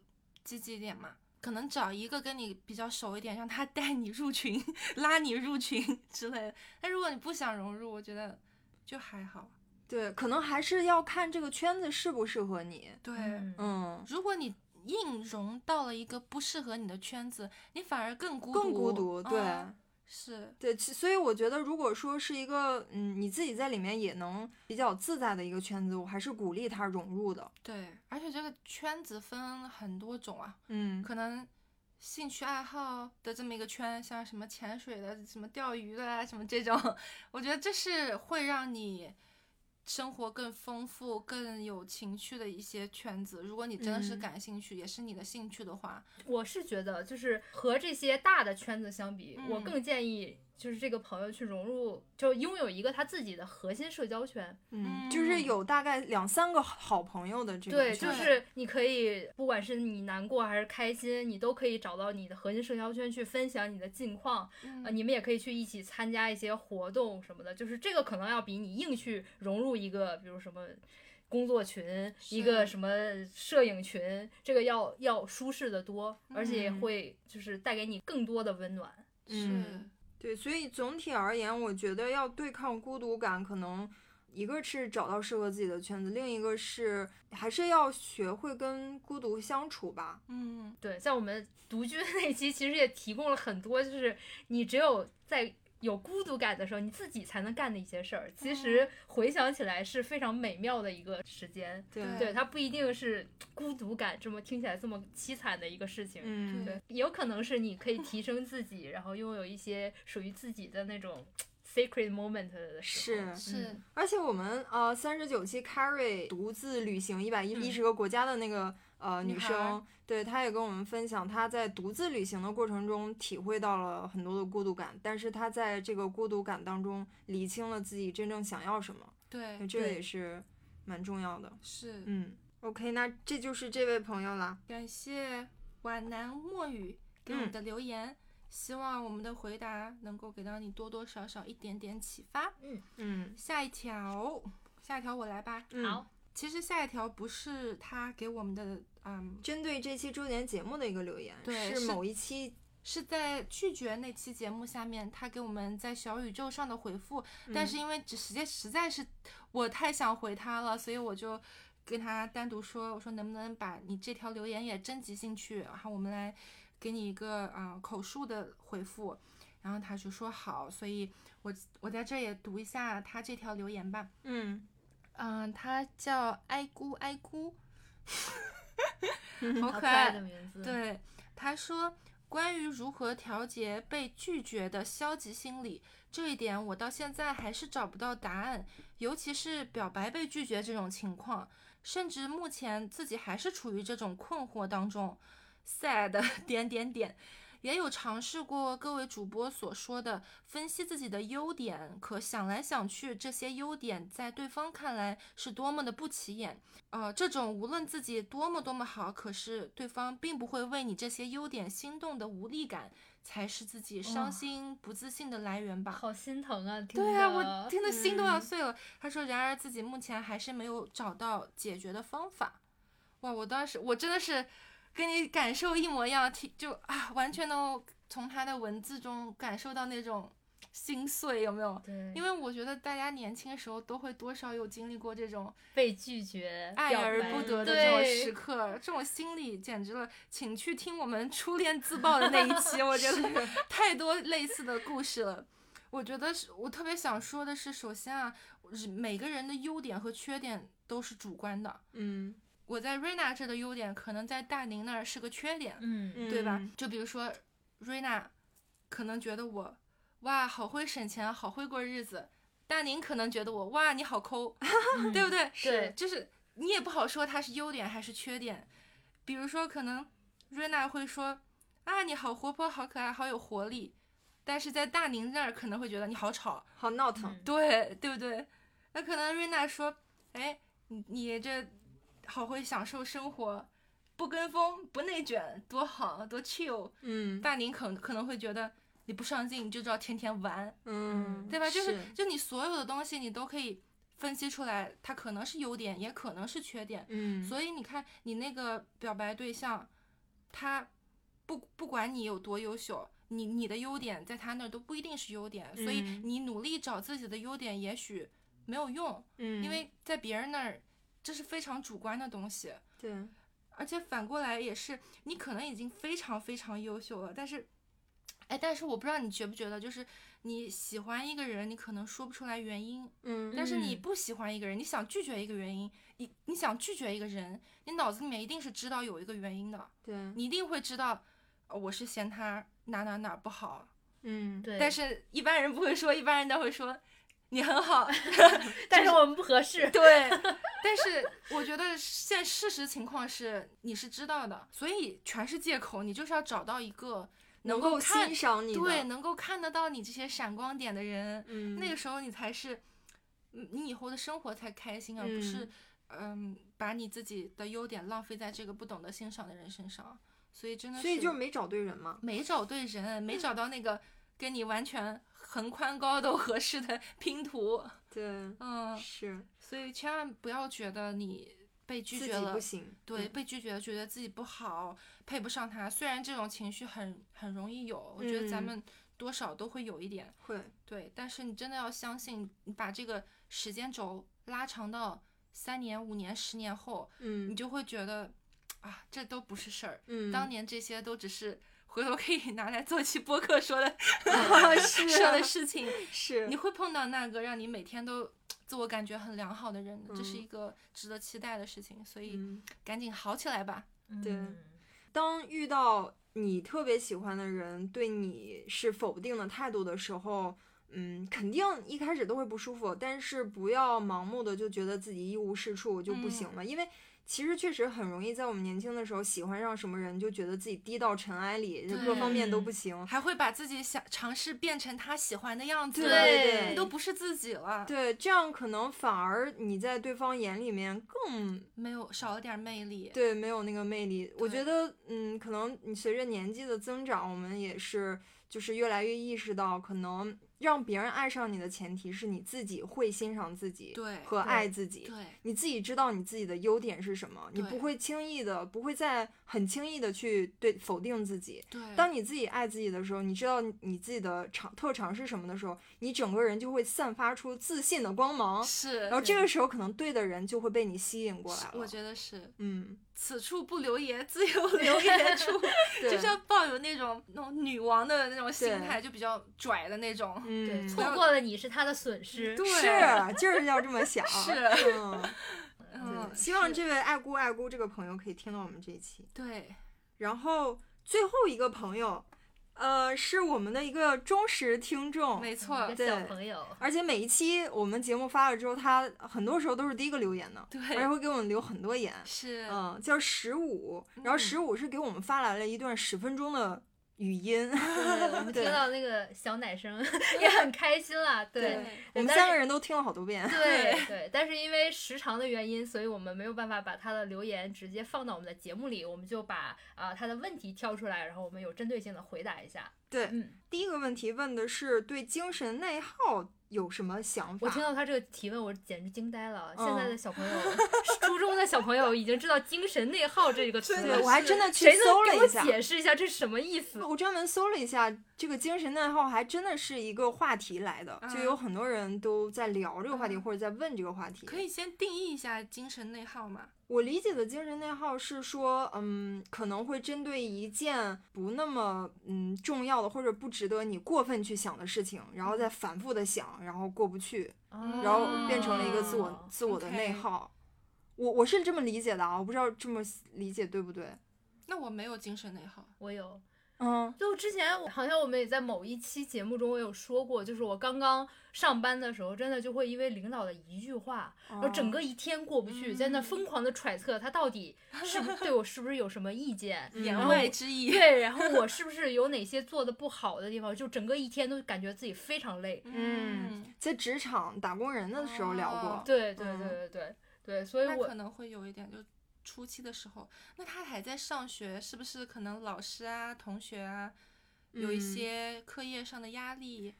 积极一点嘛，可能找一个跟你比较熟一点，让他带你入群、拉你入群 之类的。但如果你不想融入，我觉得就还好。对，可能还是要看这个圈子适不适合你。对，嗯嗯，如果你硬融到了一个不适合你的圈子，你反而更孤独，更孤独。啊对、嗯是，对，其所以我觉得，如果说是一个嗯你自己在里面也能比较自在的一个圈子，我还是鼓励他融入的。对，而且这个圈子分很多种啊，嗯，可能兴趣爱好的这么一个圈，像什么潜水的、什么钓鱼的啊，什么这种，我觉得这是会让你生活更丰富、更有情趣的一些圈子。如果你真的是嗯感兴趣，也是你的兴趣的话，我是觉得，就是和这些大的圈子相比，我嗯更建议就是这个朋友去融入，就拥有一个他自己的核心社交圈。嗯，就是嗯有大概两三个好朋友的这个对，圈就子，是你可以，不管是你难过还是开心，你都可以找到你的核心社交圈去分享你的近况。嗯呃，你们也可以去一起参加一些活动什么的，就是这个可能要比你硬去融入一个，比如什么。工作群，一个是什么摄影群，这个要要舒适的多，而且嗯会就是带给你更多的温暖。是嗯对，所以总体而言，我觉得要对抗孤独感，可能一个是找到适合自己的圈子，另一个是还是要学会跟孤独相处吧。嗯，对，在我们独居的那期，其实也提供了很多，就是你只有在有孤独感的时候，你自己才能干的一些事儿。其实回想起来是非常美妙的一个时间。对嗯对，它不一定是孤独感这么听起来这么凄惨的一个事情。嗯，对，也有可能是你可以提升自己，然后拥有一些属于自己的那种 sacred moment 的时候。是是嗯，而且我们呃三十九期 Carrie 独自旅行一百一十个国家的那个呃嗯女女孩儿生，对，她也跟我们分享，她在独自旅行的过程中体会到了很多的孤独感，但是她在这个孤独感当中理清了自己真正想要什么，对，这个对也是蛮重要的。是，嗯，OK，那这就是这位朋友啦。感谢皖南墨雨给我们的留言，希望我们的回答能够给到你多多少少一点点启发。嗯下一条，下一条我来吧。嗯，好，其实下一条不是他给我们的，嗯，针对这期周年节目的一个留言，对是是某一期，是在拒绝那期节目下面他给我们在小宇宙上的回复，嗯嗯但是因为只时间实在是我太想回他了，所以我就跟他单独说，我说能不能把你这条留言也征集进去，然后我们来给你一个啊、呃口述的回复。然后他就说好，所以我我在这儿也读一下他这条留言吧。嗯嗯，他叫爱姑爱 姑，好好可可爱爱的。名字。，对，他说关于如何调节被拒绝的消极心理这一点，我到现在还是找不到答案，尤其是表白被拒绝这种情况，甚至目前自己还是处于这种困惑当中。sad 点点点，也有尝试过各位主播所说的分析自己的优点，可想来想去，这些优点在对方看来是多么的不起眼。呃，这种无论自己多么多么好，可是对方并不会为你这些优点心动的无力感，才是自己伤心、不自信的来源吧。好心疼啊！听对啊，着我听得心都要嗯碎了。他说，然而自己目前还是没有找到解决的方法。哇，我当时我真的是跟你感受一模一样，听就啊，完全能从他的文字中感受到那种心碎，有没有？对，因为我觉得大家年轻的时候都会多少有经历过这种被拒绝、爱表而白不得的这种对时刻，这种心理简直了。请去听我们初恋自爆的那一期，我觉得 太多类似的故事了。我觉得是我特别想说的是，首先啊，每个人的优点和缺点都是主观的。嗯，我在瑞娜这儿的优点，可能在大宁那儿是个缺点。嗯，对吧嗯？就比如说瑞娜，可能觉得我哇好会省钱，好会过日子；大宁可能觉得我哇你好抠，对不对？嗯是就是你也不好说它是优点还是缺点。比如说，可能瑞娜会说啊你好活泼，好可爱，好有活力，但是在大宁那儿可能会觉得你好吵，好闹腾，嗯对对不对？那可能瑞娜说，哎，你你这好会享受生活，不跟风，不内卷，多好，多 chill。嗯但您可可能会觉得你不上进，你就知道天天玩，嗯，对吧？就是是就你所有的东西，你都可以分析出来，它可能是优点，也可能是缺点。嗯，所以你看，你那个表白对象，他不不管你有多优秀，你你的优点在他那儿都不一定是优点，所以嗯你努力找自己的优点，也许没有用，嗯，因为在别人那儿这是非常主观的东西。对，而且反过来也是，你可能已经非常非常优秀了，但是，哎，但是我不知道你觉不觉得，就是你喜欢一个人，你可能说不出来原因，嗯但是你嗯不喜欢一个人，你想拒绝一个原因，你你想拒绝一个人，你脑子里面一定是知道有一个原因的，对，你一定会知道，呃我是嫌他哪哪哪不好，嗯，对，但是一般人不会说，一般人都会说你很 好，但是我们不合适。对，但是我觉得现事实情况是你是知道的，所以全是借口，你就是要找到一个能够够看欣赏你的，对能够看得到你这些闪光点的人，嗯，那个时候你才是嗯你以后的生活才开心，而不嗯是嗯把你自己的优点浪费在这个不懂得欣赏的人身上，所以真的是所以就没找对人嘛，没找对人，没找到那个跟你完全横宽高都合适的 拼图，对，嗯，是所以千万不要觉得你被拒自绝己了不，行，嗯对，被拒绝了，觉得自己不好，配不上他。虽然这种情绪很很容易有，我觉得咱嗯们多少都会有一点，会，对。但是你真的要相信，你把这个时间轴拉长到三年、五年、十年后，你嗯就会觉得啊，这都不是事儿。嗯，当年这些都只是回头可以拿来做期播客说的 是说啊的事情，是你会碰到那个让你每天都自我感觉很良好的人的，这是嗯一个值得期待的事情，所以嗯赶紧好起来吧。对嗯当遇到你特别喜欢的人对你是否定的态度的时候，嗯，肯定一开始都会不舒服，但是不要盲目的就觉得自己一无是处就不行了，因为其实确实很容易在我们年轻的时候喜欢上什么人，就觉得自己低到尘埃里，就各方面都不行。还会把自己想尝试变成他喜欢的样子，对你都不是自己了，对，这样可能反而你在对方眼里面更没有少了点魅力。对，没有那个魅力。我对觉得，嗯，可能你随着年纪的增长，我们也是就是越来越意识到，可能让别人爱上你的前提是你自己会欣赏自己，对和对爱自己。对你自己知道你自己的优点是什么，你对不会轻易的，不会再很轻易的去对否定自己。对，当你自己爱自己的时候，你知道你自己的长特长是什么的时候，你整个人就会散发出自信的光芒。是，然后这个时候，可能对的人就会被你吸引过是来了。我觉得是嗯，此处不留爷，自有留爷处，对就是要抱有那种那种女王的那种心对态，就比较拽的那种。对，嗯，不错要过了你是他的损失。 是，就是要这么想。是， 嗯，嗯对，希望是这位爱姑爱姑这个朋友可以听到我们这一期。对，然后最后一个朋友，呃，是我们的一个忠实听众，没错嗯一，对个小朋友，而且每一期我们节目发了之后，他很多时候都是第一个留言的，而且对，会给我们留很多言。是，嗯，叫十五，然后嗯十五是给我们发来了一段十分钟的语音，嗯对我们听对到那个小奶声也很开心啦。对对我们但三是个人都听了好多遍。对对，但是因为时长的原因，所以我们没有办法把他的留言直接放到我们的节目里，我们就把啊、他的问题挑出来，然后我们有针对性的回答一下。 对嗯，第一个问题问的是对精神内耗有什么想法？我听到他这个提问，我简直惊呆了。现在嗯的小朋友，初中的小朋友已经知道“精神内耗”这个词对，了我，还真的去谁能搜给了我一下，解释一下这是什么意思？我专门搜了一下，这个精神内耗还真的是一个话题来的，就嗯有很多人都在聊这个话题、嗯或者在问这个话题。可，以先定义一下精神内耗嘛？我理解的精神内耗是说，嗯，可能会针对一件不那么嗯重要的或者不值得你过分去想的事情，嗯然后再反复的想，然后过不去，哦然后变成了一个自我、自我的 OK 内耗。我我是这么理解的啊，我不知道这么理解对不对。那我没有精神内耗，我有，嗯就之前我好像我们也在某一期节目中，我有说过，就是我刚刚上班的时候，真的就会因为领导的一句话，哦然后整个一天过不去，在嗯那疯狂的揣测他到底是不是对我是不是有什么意见，嗯言然后外我之意。对，然后我是不是有哪些做的不好的地方，就整个一天都感觉自己非常累。嗯，在职场打工人的时候聊过，哦对对嗯对对对对，所以那我可能会有一点就初期的时候，那他还在上学，是不是可能老师啊、同学啊有一嗯些课业上的压力？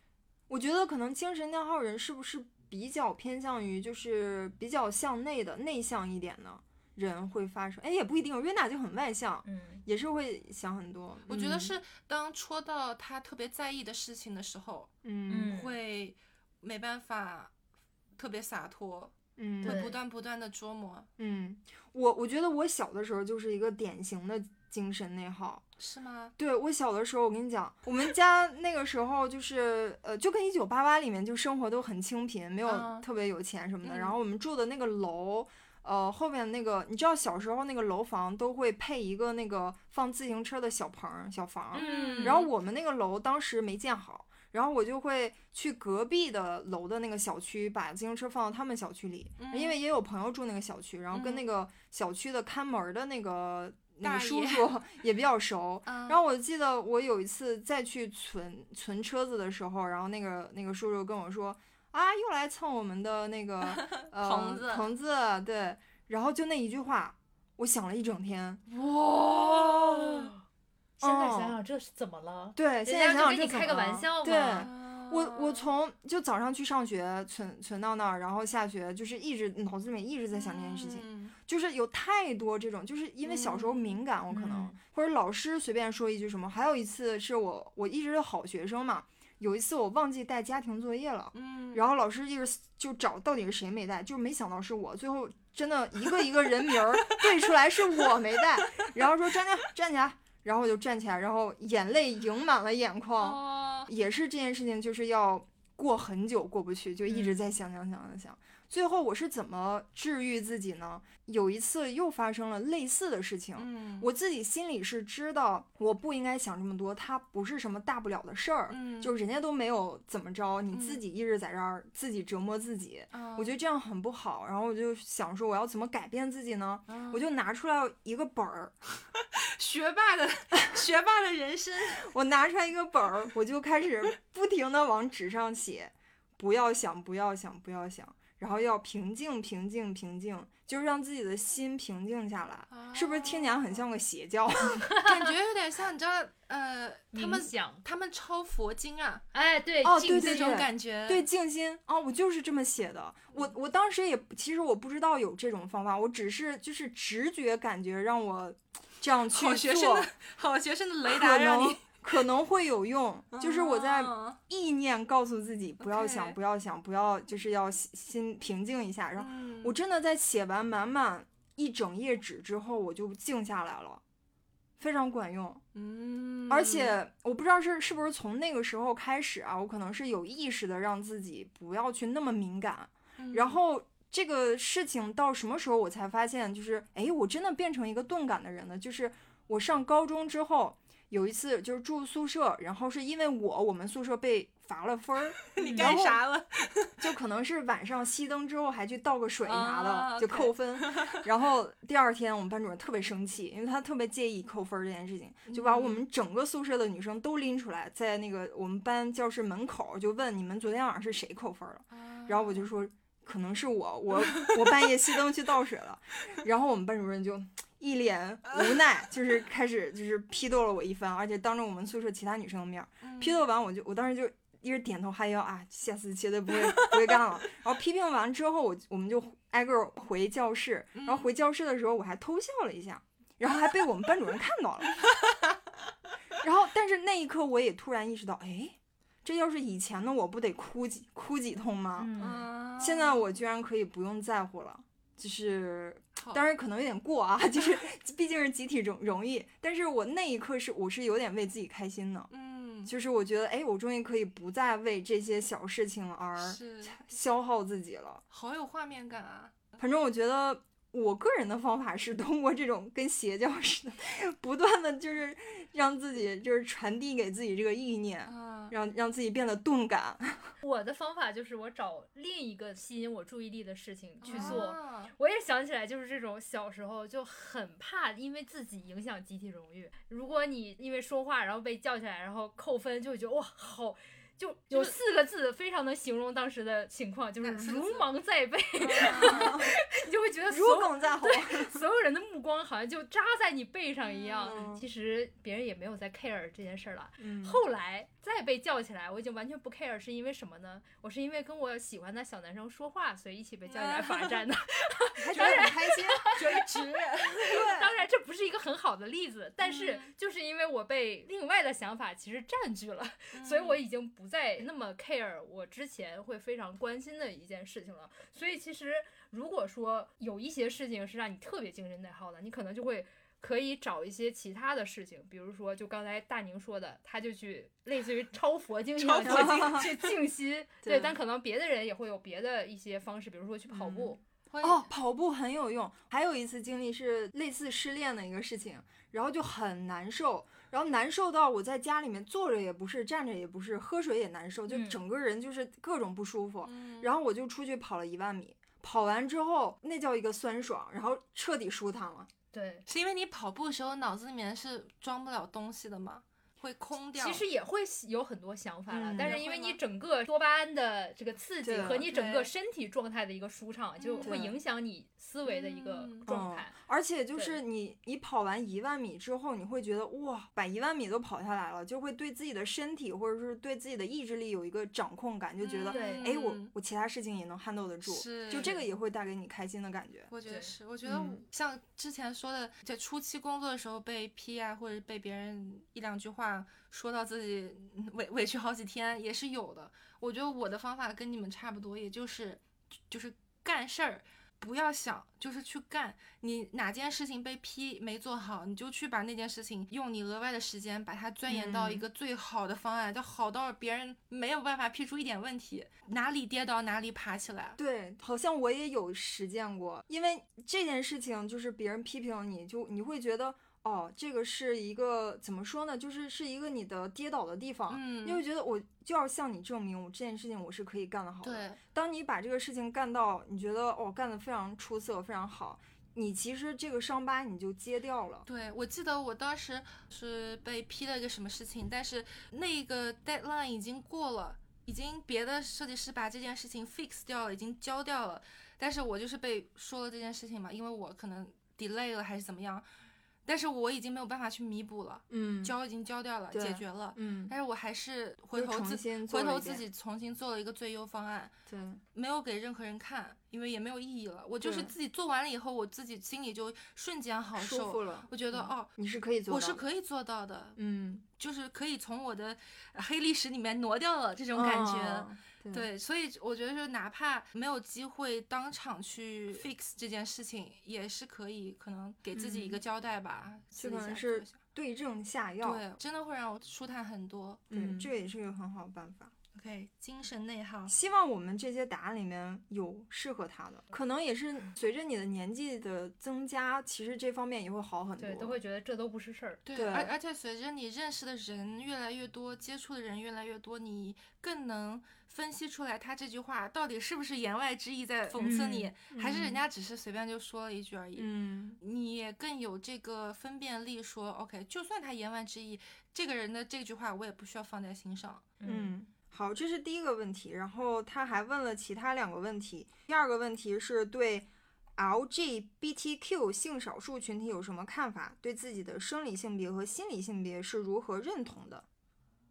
我觉得可能精神内耗人是不是比较偏向于就是比较向内的内向一点呢？人会发生，哎，也不一定，瑞娜就很外向，嗯，也是会想很多。我觉得嗯，是当戳到他特别在意的事情的时候，嗯嗯会没办法特别洒脱，嗯，会对不断不断的琢磨，嗯，我我觉得我小的时候就是一个典型的精神内耗。是吗？对我小的时候，我跟你讲，我们家那个时候就是呃，就跟一九八八里面就生活都很清贫，没有嗯特别有钱什么的。嗯然后我们住的那个楼，呃，后面那个你知道小时候那个楼房都会配一个那个放自行车的小棚儿小房儿，嗯然后我们那个楼当时没建好，然后我就会去隔壁的楼的那个小区，把自行车放到他们小区里，呃嗯因为也有朋友住那个小区，然后跟嗯那个小区的看门儿的那个那大个叔爷叔 也比较熟。嗯然后我记得我有一次再去存存车子的时候，然后那个那个叔叔跟我说啊，又来蹭我们的 那个呃棚子棚子，对，然后就那一句话，我想了一整天。 哇！现在哦想想这是怎么了？对，现在人想家想就跟这你怎开么个玩了笑对，嘛啊嗯我我从就早上去上学存存到那儿，然后下学就是一直脑子里面一直在想这件事情，嗯就是有太多这种，就是因为小时候敏感，哦我可能、嗯或者老师随便说一句什么，还有一次是我我一直是好学生嘛，有一次我忘记带家庭作业了。嗯，然后老师一直就找到底是谁没带，就是没想到是我，最后真的一个一个人名儿对出来是我没带，然后说站起来站起来，然后我就站起来，然后眼泪盈满了眼眶，哦，也是这件事情，就是要过很久过不去，就一嗯直在想想想想想。最后我是怎么治愈自己呢？有一次又发生了类似的事情，嗯，我自己心里是知道我不应该想这么多，它不是什么大不了的事儿，嗯，就人家都没有怎么着，你自嗯己一直在这儿自己折磨自己，我觉得得这样很不好。然后我就想说，我要怎么改变自己呢？我就就拿出来一个本儿，嗯 学霸 的学霸的人生，我拿出来一个本儿，我就开始不停的往纸上写，不要想，不要想，不要想，然后要平静，平静，平静，就是让自己的心平静下来。是不是听起来很像个邪教？ 感觉有点像你知道呃，他冥们想，他们抄佛经啊哎，对，哦静对那心种感觉，对，静心啊，我就是这么写的。我我当时也其实我不知道有这种方法，我只是就是直觉感觉让我这样去好学生做的，好学生的雷可达让能你，可能会 有用。就是我在哦意念告诉自己不要想， OK 不要想，不要就是要心心平静一下，然后。嗯我真的在写完满满一整页纸之后，我就静下来了，非常管用。嗯，而且我不知道是是不是从那个时候开始啊，我可能是有意识的让自己不要去那么敏感。嗯然后这个事情到什么时候我才发现，就是诶，我真的变成一个钝感的人了。就是我上高中之后。有一次就是住宿舍，然后是因为我我们宿舍被罚了分儿，你然干后啥了？就可能是晚上熄灯之后还去倒个水啥的，啊就 OK 扣 分。然后第二天我们班主任特别生气，因为他特别介意扣分这件事情，就把我嗯们整个宿舍的女生都拎出来，在那个我们班教室门口就问你们昨天晚上是谁扣分啊了。然后我就说可能是我，我我半夜熄灯去倒水 了。然后我们班主任就。一脸无奈，就是开始就是批斗了我一番，而且当着我们宿舍其他女生的面儿，嗯批斗完我就我当时就一直点头哈腰啊，下次绝对不会不会干了。然后批评完之后，我我们就挨个儿回教室，嗯然后回教室的时候我还偷笑了一下，然后还被我们班主任看到了。 然后，但是那一刻我也突然意识到，哎，这要是以前的我不得哭几哭几通吗？嗯，啊现在我居然可以不用在乎了，就是好当然可能有点过啊， 就是毕竟是集体容容易，但是我那一刻是我是有点为自己开心的。嗯就是我觉得，哎，我终于可以不再为这些小事情而是消耗自己了。好有画面感啊，反正我觉得，我个人的方法是通过这种跟邪教似的，不断的就是让自己就是传递给自己这个意念，啊，让让自己变得钝感。我的方法就是我找另一个吸引我注意力的事情去做。哦 啊我也想起来，就是这种小时候就很怕，因为自己影响集体荣誉。如果你因为说话然后被叫起来，然后扣分，就会觉得哇，好，就有四个字非常能形容当时的情况，就是哪四个字啊如芒在背， 你就会觉得所如有鲠在喉。所有人的目光好像就扎在你背上一样。嗯其实别人也没有在 care 这件事儿了。嗯后来再被叫起来，我已经完全不 care 是因为什么呢？我是因为跟我喜欢的小男生说话，所以一起被叫起来罚站的。还觉得很开心，觉得 值。当然，这不是一个很好的例子，但是就是因为我被另外的想法其实占据了，所以我嗯已经不再那么 care 我之前会非常关心的一件事情了。所以其实如果说有一些事情是让你特别精神内耗的，你可能就会。可以找一些其他的事情，比如说，就刚才大宁说的，他就去类似于超佛经一样去去静 心，对，对但可能别的人也会有别的一些方式，比如说去跑步，会哦，跑步很有用。还有一次经历是类似失恋的一个事情，然后就很难受，然后难受到我在家里面坐着也不是，站着也不是，喝水也难受，就嗯整个人就是各种不舒服。嗯然后我就出去跑了一万米，跑完之后那叫一个酸爽，然后彻底舒坦了。对，是因为你跑步的时候脑子里面是装不了东西的嘛，会空掉。其实也会有很多想法了，嗯但是也因为会你吗整个多巴胺的这个刺激对和你整个对身体状态的一个舒畅，就嗯会对影响你思维的一个嗯状嗯态。而且就对是你，你跑完一万米之后，你会觉得哇，把一万米都跑下来了，就会对自己的身体或者是对自己的意志力有一个掌控感，就觉得对哎，我嗯我其他事情也能 handle 得住，是就这个也会带给你开心的感觉。我觉对得是，我觉得嗯像之前说的，在初期工作的时候被批啊，或者被别人一两句话说到自己嗯委委屈好几天也是有的。我觉得我的方法跟你们差不多，也就是就是干事儿，不要想，就是去干。你哪件事情被批没做好，你就去把那件事情用你额外的时间把它钻研到一嗯个最好的方案，就好到别人没有办法批出一点问题，哪里跌倒哪里爬起来。对，好像我也有实践过，因为这件事情就是别人批评你就你会觉得哦，这个是一个怎么说呢，就是是一个你的跌倒的地方，嗯你会觉得我就要向你证明我这件事情我是可以干得好的。对，当你把这个事情干到你觉得哦干得非常出色、非常好，你其实这个伤疤你就揭掉了。对，我记得我当时是被批了一个什么事情，但是那个 deadline 已经过了，已经别的设计师把这件事情 fix 掉了，已经交掉了，但是我就是被说了这件事情嘛，因为我可能 delay 了还是怎么样，但是我已经没有办法去弥补了，嗯交已经交掉了，对解决了，嗯，但是我还是回又头重自新做回了头一自遍己重新做了一个最优方案，对，没有给任何人看，因为也没有意义了，我就是对自己做完了以后，我自己心里就瞬间好舒服受。了，我觉得、嗯哦，你是可以做我到是的可以做到的，嗯就是可以从我的呃黑历史里面挪掉了这种感觉。哦对，所以我觉得是哪怕没有机会当场去 fix 这件事情，也是可以可能给自己一个交代吧。私就底可能下嗯是做一下对症下药。对，真的会让我舒坦很多。嗯，嗯这个也是个很好的办法。 OK，精神内耗。希望我们这些答案里面有适合他的，可能也是随着你的年纪的增加，其实这方面也会好很多。对，都会觉得这都不是事儿。对，对而而且随着你认识的人越来越多，接触的人越来越多，你更能分析出来他这句话到底是不是言外之意在讽刺你，还是人家只是随便就说了一句而已。嗯，你也更有这个分辨力说，OK，就算他言外之意，这个人的这句话我也不需要放在心上。嗯，好，这是第一个问题。然后他还问了其他两个问题。第二个问题是对 LGBTQ 性少数群体有什么看法？对自己的生理性别和心理性别是如何认同的？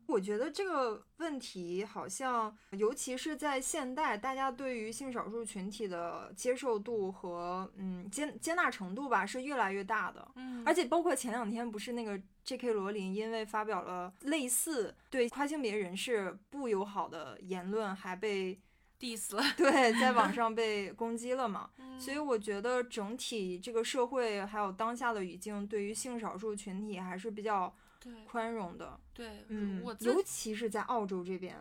我觉得这个问题好像，尤其是在现代，大家对于性少数群体的接受度和嗯接接纳程度吧，是越来越大的。嗯而且包括前两天不是那个 J.K. 罗琳因为发表了类似对跨性别人士不友好的言论，还被 diss 了，对在网上被攻击了嘛。所 以嗯我觉得整体这个社会还有当下的语境，对于性少数群体还是比较对宽容的。对，嗯我，自尤其是在澳洲这边，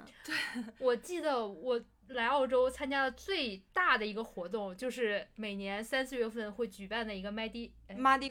嗯我记得我来澳洲参加的最大的一个活动，就是每年三四月份会举办的一个麦迪哎 Mardi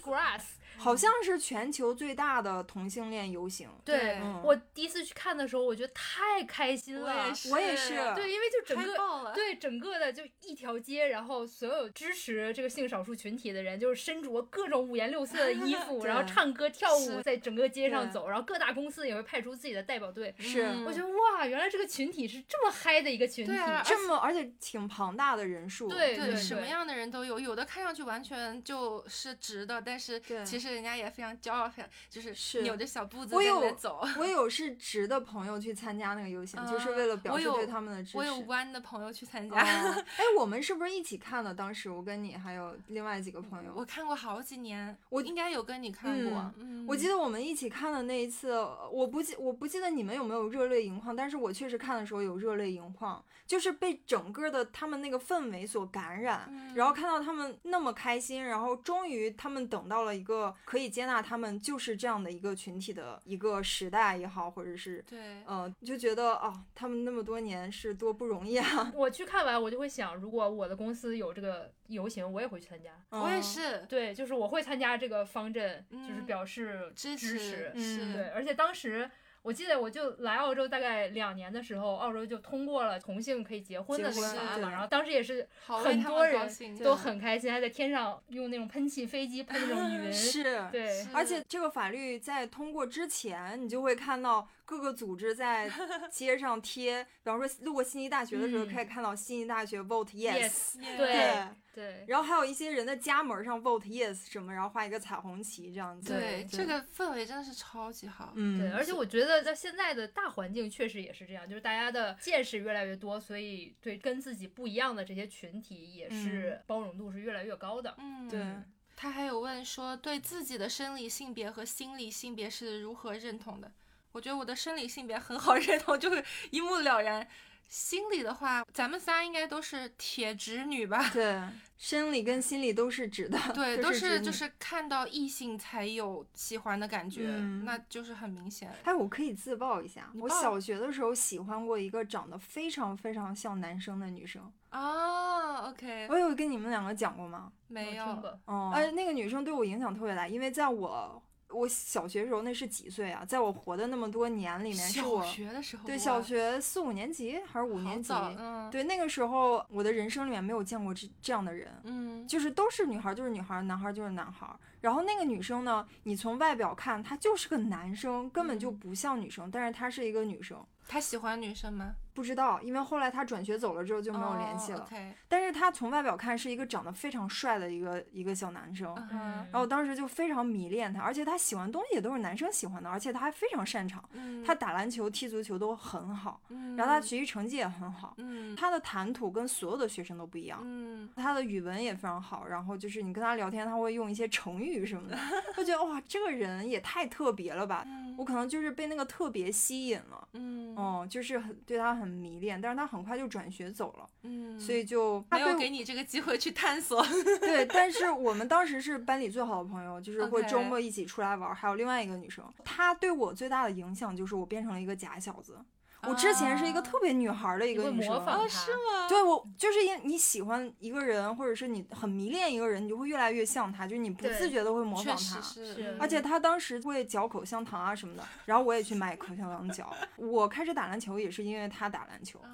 Gras，Gras，好像是全球最大的同性恋游行。对、嗯我第一次去看的时候，我觉得太开心了。我也是对，因为就整嗨个爆了对整个的就一条街，然后所有支持这个性少数群体的人，就是身着各种五颜六色的衣服， 对然后唱歌跳舞，是在整个街上对走，然后各大公司也会派出自己的代表队。是嗯我觉得哇，原来这个群体是这么嗨的一个群体，对啊而这么而且挺庞大的人数。对对什么对样的人都有，有的看上去完全就是直的，但是对其实人家也非常骄傲，非常就是是扭着小步子我在那有边走。我有是直的朋友去参加那个游行，啊就是为了表我示有对他们的支持。我有弯的朋友去参哦加，哎，我们是不是一起看的？当时我跟你还有另外几个朋友，我看过好几年，我应该有跟你看过。嗯，我记得我们一起看的那一次，我不记我不记得你们有没有热泪盈眶，但是我确实看的时候有热泪盈眶，就是被整个的他们那个氛围所感染，嗯然后看到他们那么开心，然后终于他们等到了一个可以接纳他们就是这样的一个群体的一个时代也好，或者是。对，呃，就觉得啊、他们那么多年是多不容易啊！我去看完，我就会想，如果我的公司有这个游行，我也会去参加。我也嗯，是对，就是我会参加这个方阵，就是嗯表示支持。嗯对，是而且当时我记得，我就来澳洲大概两年的时候，澳洲就通过了同性可以结婚的那结个婚法对嘛，然后当时也是好为很他多们高人兴，都很开心，还在天上用那种喷气飞机喷那种云，是，对。而且这个法律在通过之前，你就会看到各个组 织在街上贴，比方说路过悉尼大学的时候，嗯可以看到悉尼大学 vote yes，, Yes， Yeah 对对然后还有一些人的家门上 vote yes 什么，然后画一个彩虹旗这样子。对对这个氛围真的是超级好。嗯，对，而且我觉得在现在的大环境确实也是这样，就是大家的见识越来越多，所以对跟自己不一样的这些群体也是包容度是越来越高的。嗯，对。他还有问说，对自己的生理性别和心理性别是如何认同的？我觉得我的生理性别很好 认同，就是一目了然。心理的话，咱们仨应该都是铁直女吧？对，生理跟心理都是直的，对，都都直是女就是看到异性才有喜欢的感觉，嗯那就是很明显。哎，我可以自曝一下，你我报小学的时候喜欢过一个长得非常非常像男生的女生，哦，OK，我有跟你们两个讲过吗？没我听有，过哦，而且那个女生对我影响特别大，因为在我我小学时候那是几岁啊？在我活的那么多年里面，是小我学的时候，对哇小学四五年级还是五好年级？早，嗯，，对那个时候，我的人生里面没有见过这这样的人。嗯，就是都是女孩儿，就是女孩儿，男孩儿就是男孩儿。然后那个女生呢，你从外表看，她就是个男生，根本就嗯不像女生，但是她是一个女生。他喜欢女生吗？不知道，因为后来她转学走了之后就就没有联系了。哦嗯 OK，但是她从外表看是一个长得非常帅的一个一个小男生。嗯嗯哼，然后我当时就非常迷恋他，而且他喜欢的东西也都是男生喜欢的，而且他还非常擅长，嗯，他打篮球、踢足球都很好，嗯，然后他学习成绩也很好，嗯，他的谈吐跟所有的学生都不一样。嗯，他的语文也非常好，然后就是你跟他聊天，他会用一些成语什 么的，我觉得哇，这个人也太特别了吧！嗯我可能就是被那个特别吸引了，嗯哦，就是很对他很迷恋，但是他很快就转学走了，嗯，所以就他没对有我 给你这个机会去探索。对，但是我们当时是班里最好的朋友，就是会 OK 周末一起出来玩儿。还有另外一个女生，她对我最大的影响就是我变成了一个假小子。我之前啊是一个特别女孩儿的一你个会女生，模仿他，是吗？对我就是因为你喜欢一个人，或者是你很迷恋一个人，你就会越来越像他，就是你不自对觉的会模确仿实他。是，是嗯而且他当时会嚼口香糖啊什么的，然后我也去买口香糖嚼。我开始打篮球也是因为他打篮球，啊，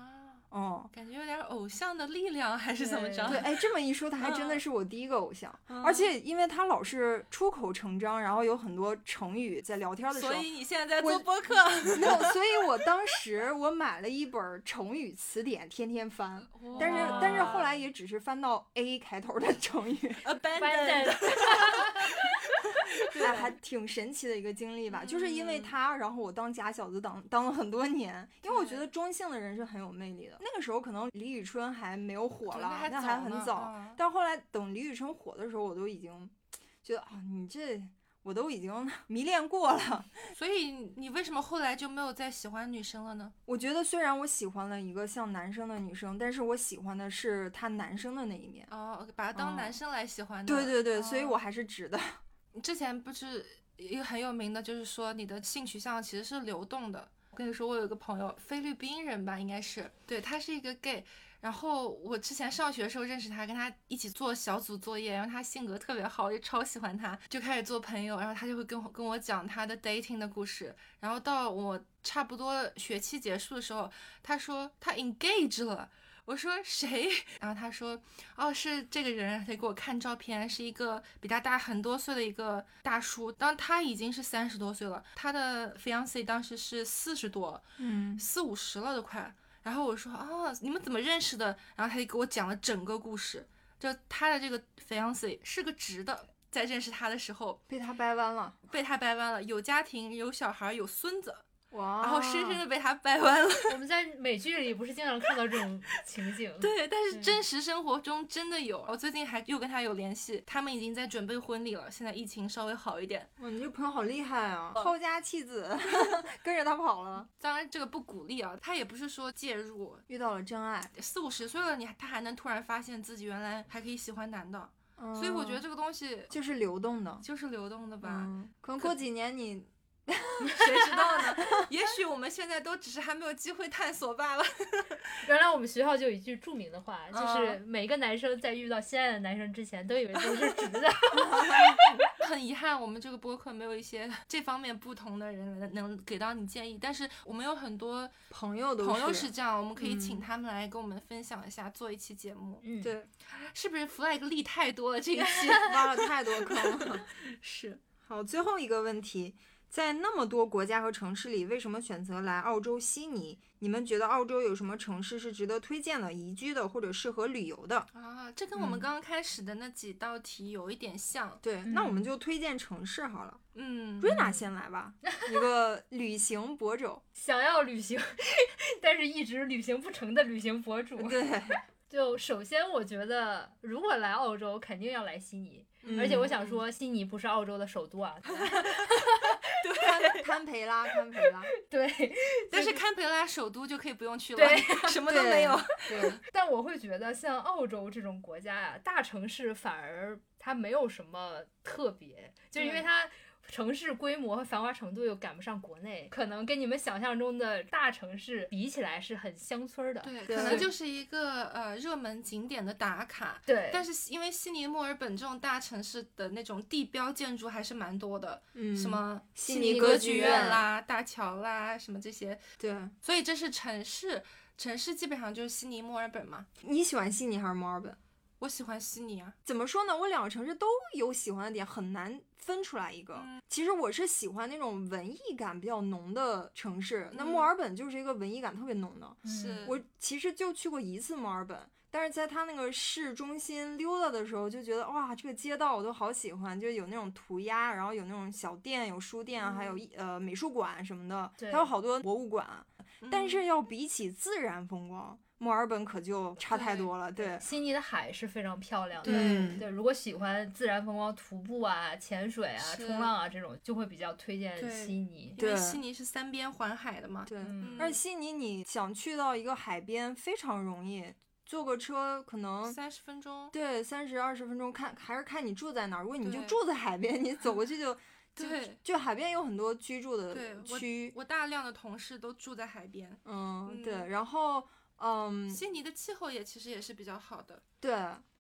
嗯，感觉有点偶像的力量，还是怎么着？对，哎，这么一说，他还真的嗯是我第一个偶像，而且因为他老是出口成章，然后有很多成语，在聊天的时候所，以你现在在我做播客，没有，所以我当时我买了一本成语词典，天天 翻。但是，但是后来也只是翻到 A 开头的 成语， abandon，哎，还挺神奇的一个经历吧。就是因为嗯他，然后我当假小子当当了很多年，因为我觉对得中性的人是很有魅力的。那个时候可能李宇春还没有火对了，还那还很呢早，嗯但后来等李宇春火的时候，我都已经觉得啊，你这我都已经 迷恋过了。所以你为什么后来就没有再喜欢女生了呢？我觉得虽然我喜欢了一个像男生的女生，但是我喜欢的是他男生的那一面。哦，OK，把他当男生来喜欢的。对对对，哦所以我还是直的。之前不是一个很有名的，就是说你的性取向其实是流动的，我跟你说，我有一个朋友，菲律宾人吧，应该是，对他是一个 gay。然后我之前上学的时候认识他，跟他一起做小组作业，然后他性格特别好，我就超喜欢他，就开始做朋友。然后他就会跟我跟我讲他的 dating 的故事。然后到我差不多学期结束的时候，他说他 engage 了。我说谁？ 然后他说哦是这个人，他给我看照片，是一个比他大很多岁的一个大叔，当他已经是三十多岁了，他的 fiance 当时是四十多，嗯，四五十了都快。然后我说哦，你们怎么认识的？然后他就给我讲了整个故事，就他的这个 fiance 是个直的，在认识他的时候被他掰弯了，被他掰弯了，有家庭，有小孩，有孙子，哇然后深深的被他掰弯了。 我们在美剧里不是经常看到这种情景？ 对，但是嗯真实生活中真的有，我最近还又跟他有联系，他们已经在准备婚礼了，现在疫情稍微好一点。哇，你这朋友好厉害啊，抛家弃子， 跟着他跑了，当然，这个不鼓励啊，他也不是说介入，遇到了真爱，四五十岁了，你还他还能突然发现自己原来还可以喜欢男的，所以我觉得嗯这个东西就是流动的，就是流动的吧，嗯，可能过几年你谁知道呢？也许我们现在都只是还没有机会探索罢了。 原来我们学校就有一句著名的话，就是嗯每个男生在遇到心爱的男生之前，都以为都是 直的。很遗憾，我们这个播客没有一些 这方面不同的人来能给到你建议，但是我们有很多朋友都朋友是这样，我们可以嗯请他们来跟我们分享一下，做一期节目。嗯，对，是不是 flag 立太多了？这一期挖了太多坑了。 是好，最后一个问题，在那么多国家和城市里，为什么选择来澳洲悉尼？你们觉得澳洲有什么城市是值得推荐的、宜居的或者适合旅游的？啊，这跟我们嗯刚刚开始的那几道题有一点像。对，那我嗯们就推荐城市好了。嗯，瑞娜先来 吧，一个旅行博主。想要旅行， 但是一直旅行不成的旅行博主。 对，就首先，我觉得如果来澳洲，肯定要来悉尼。嗯而且我想说，悉尼不是澳洲的首都啊。 堪堪培拉，堪培拉，对，但是堪培拉首都就可以不用去了，对 什么都没有。对，但我会觉得，像澳洲这种国家呀、大城市反而它没有什么特别，就是因为对它城市规模和繁华程度又赶不上国内，可能跟你们想象中的大城市比起来是很乡村儿的。对，对可能就是一个呃热门景点的打卡。对，但是因为悉尼、墨尔本这种大城市的那种地标建筑还是蛮多的，嗯，什么悉悉尼尼歌歌剧剧院院啦、大桥啦，什么这些，对，所以这是城市，城市基本上就是悉尼、墨尔本嘛。你喜欢悉尼还是墨尔本？我喜欢悉尼啊，怎么说呢？我两个城市都有喜欢的点，很难分出来一个。嗯其实我是喜欢那种文艺感比较浓的城市，那嗯墨尔本就是一个文艺感特别浓的。嗯是我其实就去过一次墨尔本，但是在它那个市中心溜达的时候，就觉得哇，这个街道我都好喜欢，就有那种涂鸦，然后有那种小店、有书店，还有嗯一呃美术馆什么的，对还有好多博物馆。但嗯是要比起自然风光，墨尔本可就差太对多了。对，悉尼的海是非常漂亮的。嗯对，如果喜欢自然风光、徒步啊、潜水啊、是冲浪啊这种，就会比较推荐对悉尼。因为对悉尼是三边环海的嘛。对。嗯，而且悉尼，你想去到一个海边非常容易，坐个车可能三十分钟，对三十二十分钟看，还是看你住在哪儿。如果你就对住在海边，你走过去 就就对就海边有很多居住对的我区，我大量的同事都住在海边。嗯，对，嗯然后嗯，悉尼的气候也其实也是比较好的，对，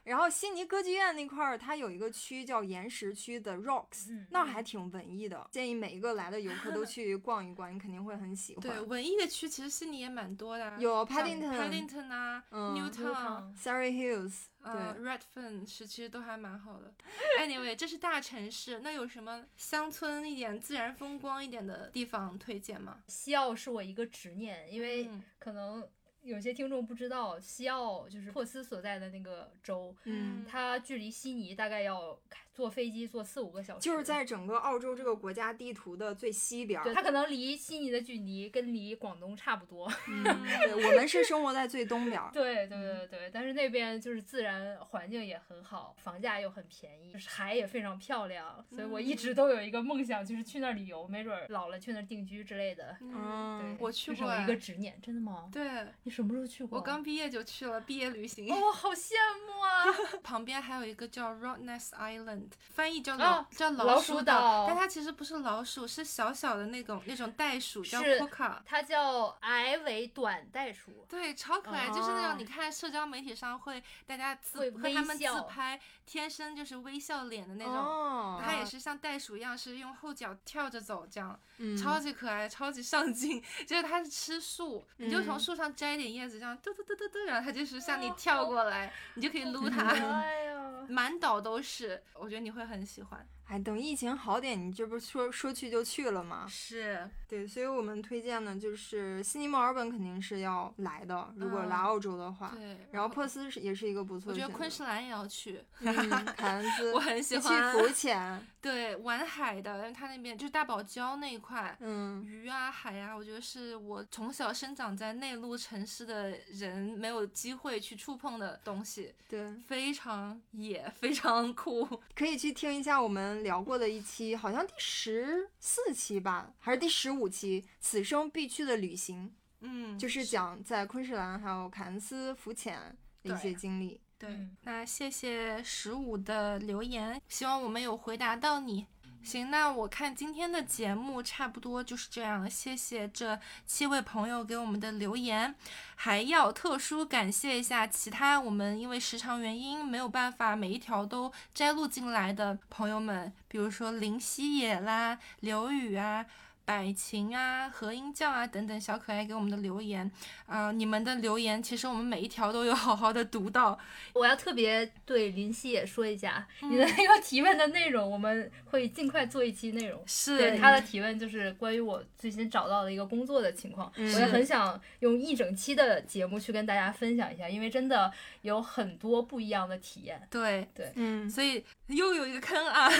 然后悉尼歌剧院那块儿，它有一个区叫岩石区的 Rocks，、嗯那儿还挺文艺的，建议每一个来的游客 都去逛一逛，你肯定会很喜对欢。文艺的区其实悉尼也蛮多的啊，有像 Paddington Paddington 啊、嗯 Newtown、 Surrey Hills，对，呃 Redfern 是其实都还蛮好的。Anyway，这是大城市，那有什么乡村一点、自然风光一点的地方推荐吗？西澳是我一个执念，因为嗯可能有些听众不知道，西澳就是珀斯所在的那个州，嗯，它距离悉尼大概要开坐飞机坐四五个小时，就是在整个澳洲这个国家地图的最西边儿。 对它可能离悉尼的距离跟离广东差不多。嗯，对，我们是生活在最东边儿。对对对对，但是那边就是自然环境也很好，房价又很便宜，就是海也非常漂亮，所以我一直都有一个梦想，就是去那儿旅游，没准儿老了去那儿定居之类的。嗯，嗯对，，我去这是过我哎一个执念，真的吗？对，你你什么时候去过？我刚毕业就去了毕业旅行，哦，好羡慕啊！旁边还有一个叫 Rock Nest Island，翻译叫老、啊叫老老鼠鼠岛但它其实不是老鼠，是小小的那种那种袋鼠叫是 Coca。它叫矮尾短袋鼠，对，超可爱，就是那哦种你看社交媒体上会大家自会和他们微笑自拍，天生就是微笑脸的那种。哦，它也是像袋鼠一样，是用后脚跳着走，这样、嗯超级可爱，超级上进。 就是它是吃树，你就从嗯树上摘一点叶子，这样嘟嘟嘟嘟嘟，然后它就是向你跳过来，你就可以撸哎嗯它， 呀，满岛都是。我觉得你会很喜欢。哎，等疫情好点，你这不是说说去就去了啊吗？是，对，所以我们推荐的就是悉尼、墨尔本肯定是要来的，如果嗯来澳洲的话。对。啊然后珀斯是也是一个不错我的觉选得择。昆士兰也要去，嗯，凯恩斯， 我很喜你去欢啊浮 潜，对，玩海的，因为它那边就是大堡礁那一块。嗯，鱼啊，海啊，我觉得是我从小生长在内陆城市的人没有机会去触碰的东西，对，非常野，非常酷。可以去听一下我们聊过的一期，好像第十四期吧，还是第十五期《此生必去的旅行嗯》，就，是讲在昆士兰还有凯恩斯浮潜的一些对经历。对嗯。那谢谢十五的留言，希望我们有回答到你。行，那我看今天的节目差不多就是这样了。谢谢这七位朋友给我们的留言，还要特殊感谢一下其他我们因为时长原因没有办法每一条都摘录进来的朋友们，比如说林夕野啦、刘宇啊、百晴啊、何英酱啊等等小可爱给我们的留言。啊、你们的留言其实我们每一条都有好好的读到，我要特别对林夕也说一下，你的那个提问的内容，我们会尽快做一期内容。是对他的提问就是关于我最近找到的一个工作的情况，嗯我也很想用一整期的节目去跟大家分享一下，因为真的有很多不一样的体验。对，嗯，所以又有一个 坑啊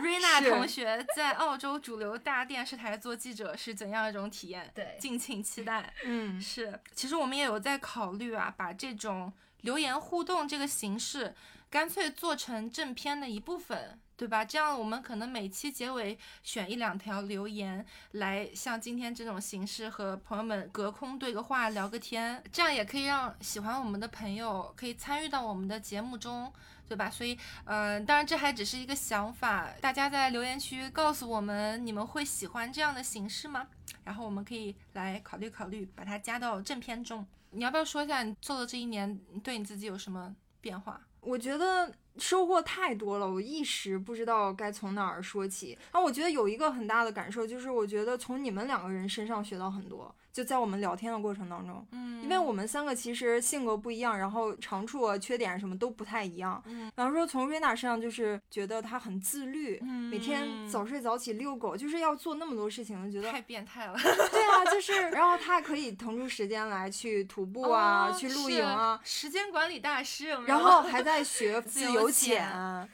！Rina 是同学在澳洲主流大电视台做记者是怎样一种体验？对敬请期待。嗯，是，其实我们也有在考虑啊，把这种留言互动这个形式，干脆做成正片的一部分，对吧？这样我们可能每期结尾选一两条留言，来像今天这种形式和朋友们隔空对个话、聊个天，这样也可以让喜欢我们的朋友可以参与到我们的节目中。对吧？所以，呃，当然这还只是一个想法，大家在留言区告诉我们，你们会喜欢这样的形式吗？然后我们可以来考虑考虑，把它加到正片中。你要不要说一下你做的这一年你对你自己有什么变化？我觉得收获太多了，我一时不知道该从哪儿说起。啊，我觉得有一个很大的感受就是，我觉得从你们两个人身上学到很多，就在我们聊天的过程当中，嗯因为我们三个其实性格不一样，然后长处啊、缺点什么都不太一样。嗯，然后说从瑞娜身上就是觉得她很自律。每天早睡早起遛狗，就是要做那么多事情，我觉得嗯太变态了，对啊，就是，然后她还可以腾出时间来去徒步啊，去露营啊，哦是时间管理大师有没有然后还在学自由由潜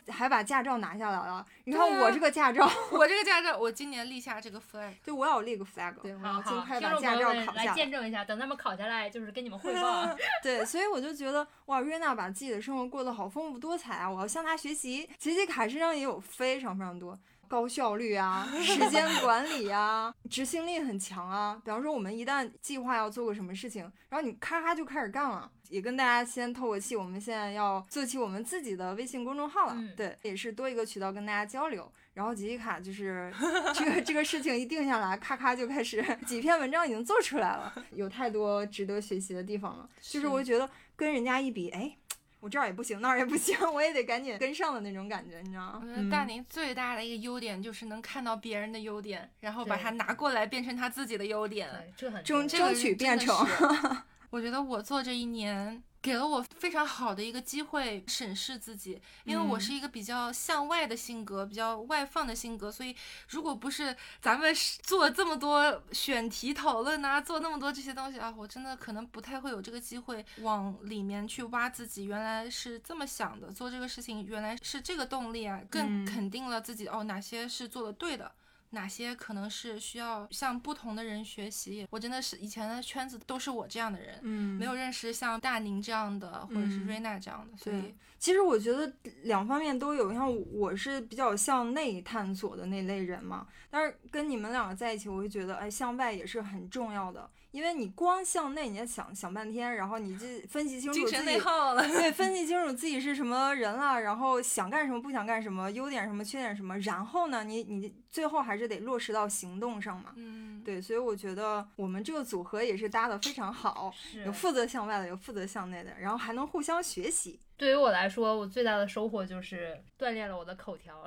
潜，还把驾照拿下来了。你对看啊我这个驾照， 我这个驾照，我今年立下这个 flag，对我要立个 flag，对我好要尽好，快听把众驾朋照友们考来下来。见证一下，等他们考下来，就是跟你们汇报 啊。对，所以我就觉得哇，瑞娜把自己的生活过得好丰富多彩啊！我要向她学习。杰西卡身上也有非常非常多。高效率啊，时间管理啊，执行力很强啊。比方说，我们一旦计划要做个什么事情，然后你咔咔就开始干了。也跟大家先透个气，我们现在要做起我们自己的微信公众号了，嗯对，也是多一个渠道跟大家交流。然后吉吉卡就是这个这个事情一定下来，咔咔就开始几篇文章已经做出来了，有太多值得学习的地方了。就是是我觉得跟人家一比，哎，我这儿也不行，那儿也不行， 我也得赶紧跟上的那种感觉，你知道吗我？觉得嗯大宁最大的一个优点就是能看到别人的优点，然后把对它拿过来变成他自己的优点。对，嗯这很中多这个争取人真的变成 是。我觉得我做这一年给了我非常好的一个机会审视自己，因为我嗯是一个比较向外的性格，比较外放的性格，所以如果不是咱们是做这么多选题讨论啊，做那么多这些东西啊，我真的可能不太会有这个机会往里面去挖自己原来是这么想的，做这个事情原来是这个动力啊，更嗯肯定了自己哦哪些是做的对的。哪些可能是需要向不同的人学习。我真的是以前的圈子都是我这样的人，嗯没有认识像大宁这样的，或者是嗯瑞娜这样的，所对以，其实我觉得两方面都有，像我是比较向内探索的那类人嘛，但是跟你们两个在一起，我会觉得，哎，向外也是很重要的，因为你光向内，你要想想半天，然后你就分析清楚精自神内己，耗 了。对，分析清楚自己是什么人了，然后想干什么，不想干什么，优点什么，缺点什么，然后呢，你你最后还是得落实到行动上嘛。嗯，对，所以我觉得我们这个组合也是搭的非常好，是有负责向外的，有负责向内的，然后还能互相学习。对于我来说，我最大的收获就是锻炼了我的口条。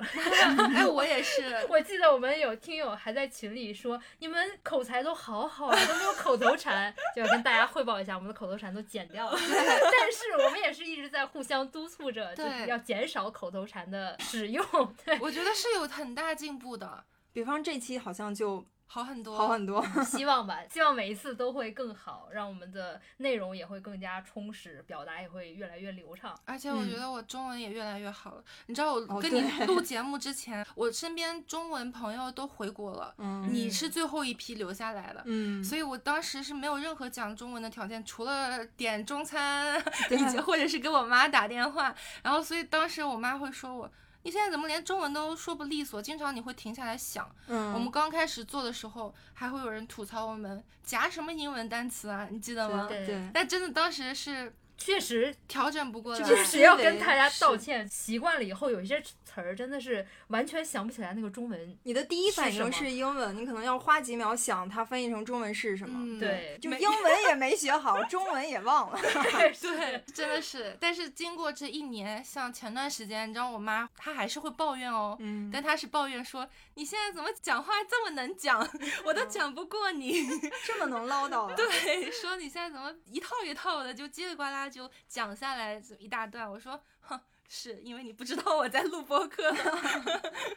哎，我也是， 我记得我们有听友还在群里说，你们口才都好好啊，都没有口头禅， 就要跟大家汇报一下，我们的口头禅都剪掉了。 但是我们也是一直在互相督促着，就对是要减少口头禅的使用。 对，我觉得是有很大进步的，比方这期好像就好很多，好很多，希望吧，希望每一次都会更好，让我们的内容也会更加充实，表达也会越来越流畅。而且我嗯觉得我中文也越来越好了。你知道我哦跟你对 录节目之前，我身边中文朋友都回国了， 嗯你是最后一批留下来的。嗯，所以我当时是没有任何讲中文的条件，除了点中餐，对以及嗯或者是给我妈打电话。然后，所以当时我妈会说我，你现在怎么连中文都说不利索？经常你会停下来想。嗯，我们刚开始做的时候，还会有人吐槽我们夹什么英文单词啊，你记得吗？对对但真的当时是确实，调整不过来，就思是要维跟大家道是歉。习惯了以后，有一些词儿真的是完全想不起来那个中文。你的第一反是什么应是英文，你可能要花几秒想它翻译成中文是什么。嗯，对，就没英文也没学好，中文也忘了。对，真的是。但是经过这一年，像前段时间，你知道我妈她还是会抱怨哦，嗯但她是抱怨说你现在怎么讲话这么能讲， 我都讲不过你。这么能唠叨了。对，说你现在怎么一套一套的就叽里呱啦就讲下来一大段。我说，哼，是因为你不知道我在录播客。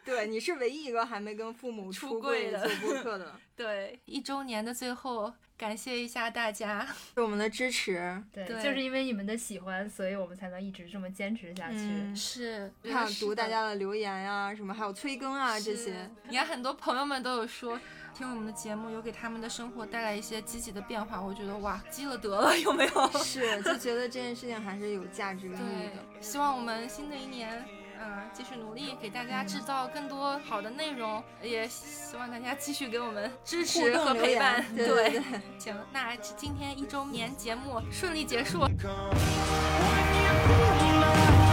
对，你是唯一一个还没跟父母出出柜柜的做播 客的， 对，一周年的最后，感谢一下大家。对我们的支 持。对，对就是因为你们的喜欢，所以我们才能一直这么坚持下去。嗯是，还有是读大的家的留言呀、什么还有催更啊这是些，。你看，很多朋友们都有说，听我们的节目有给他们的生活带来一些积极的变化。我觉得哇，积了德了，有没有？是就觉得这件事情还是有价值意义的。对，希望我们新的一年。啊、继续努力，给大家制造更多好的内容，也希望大家继续给我们支互持和动留陪伴言，。对对对。行，那今天一周年节目顺利结束。 When you pull up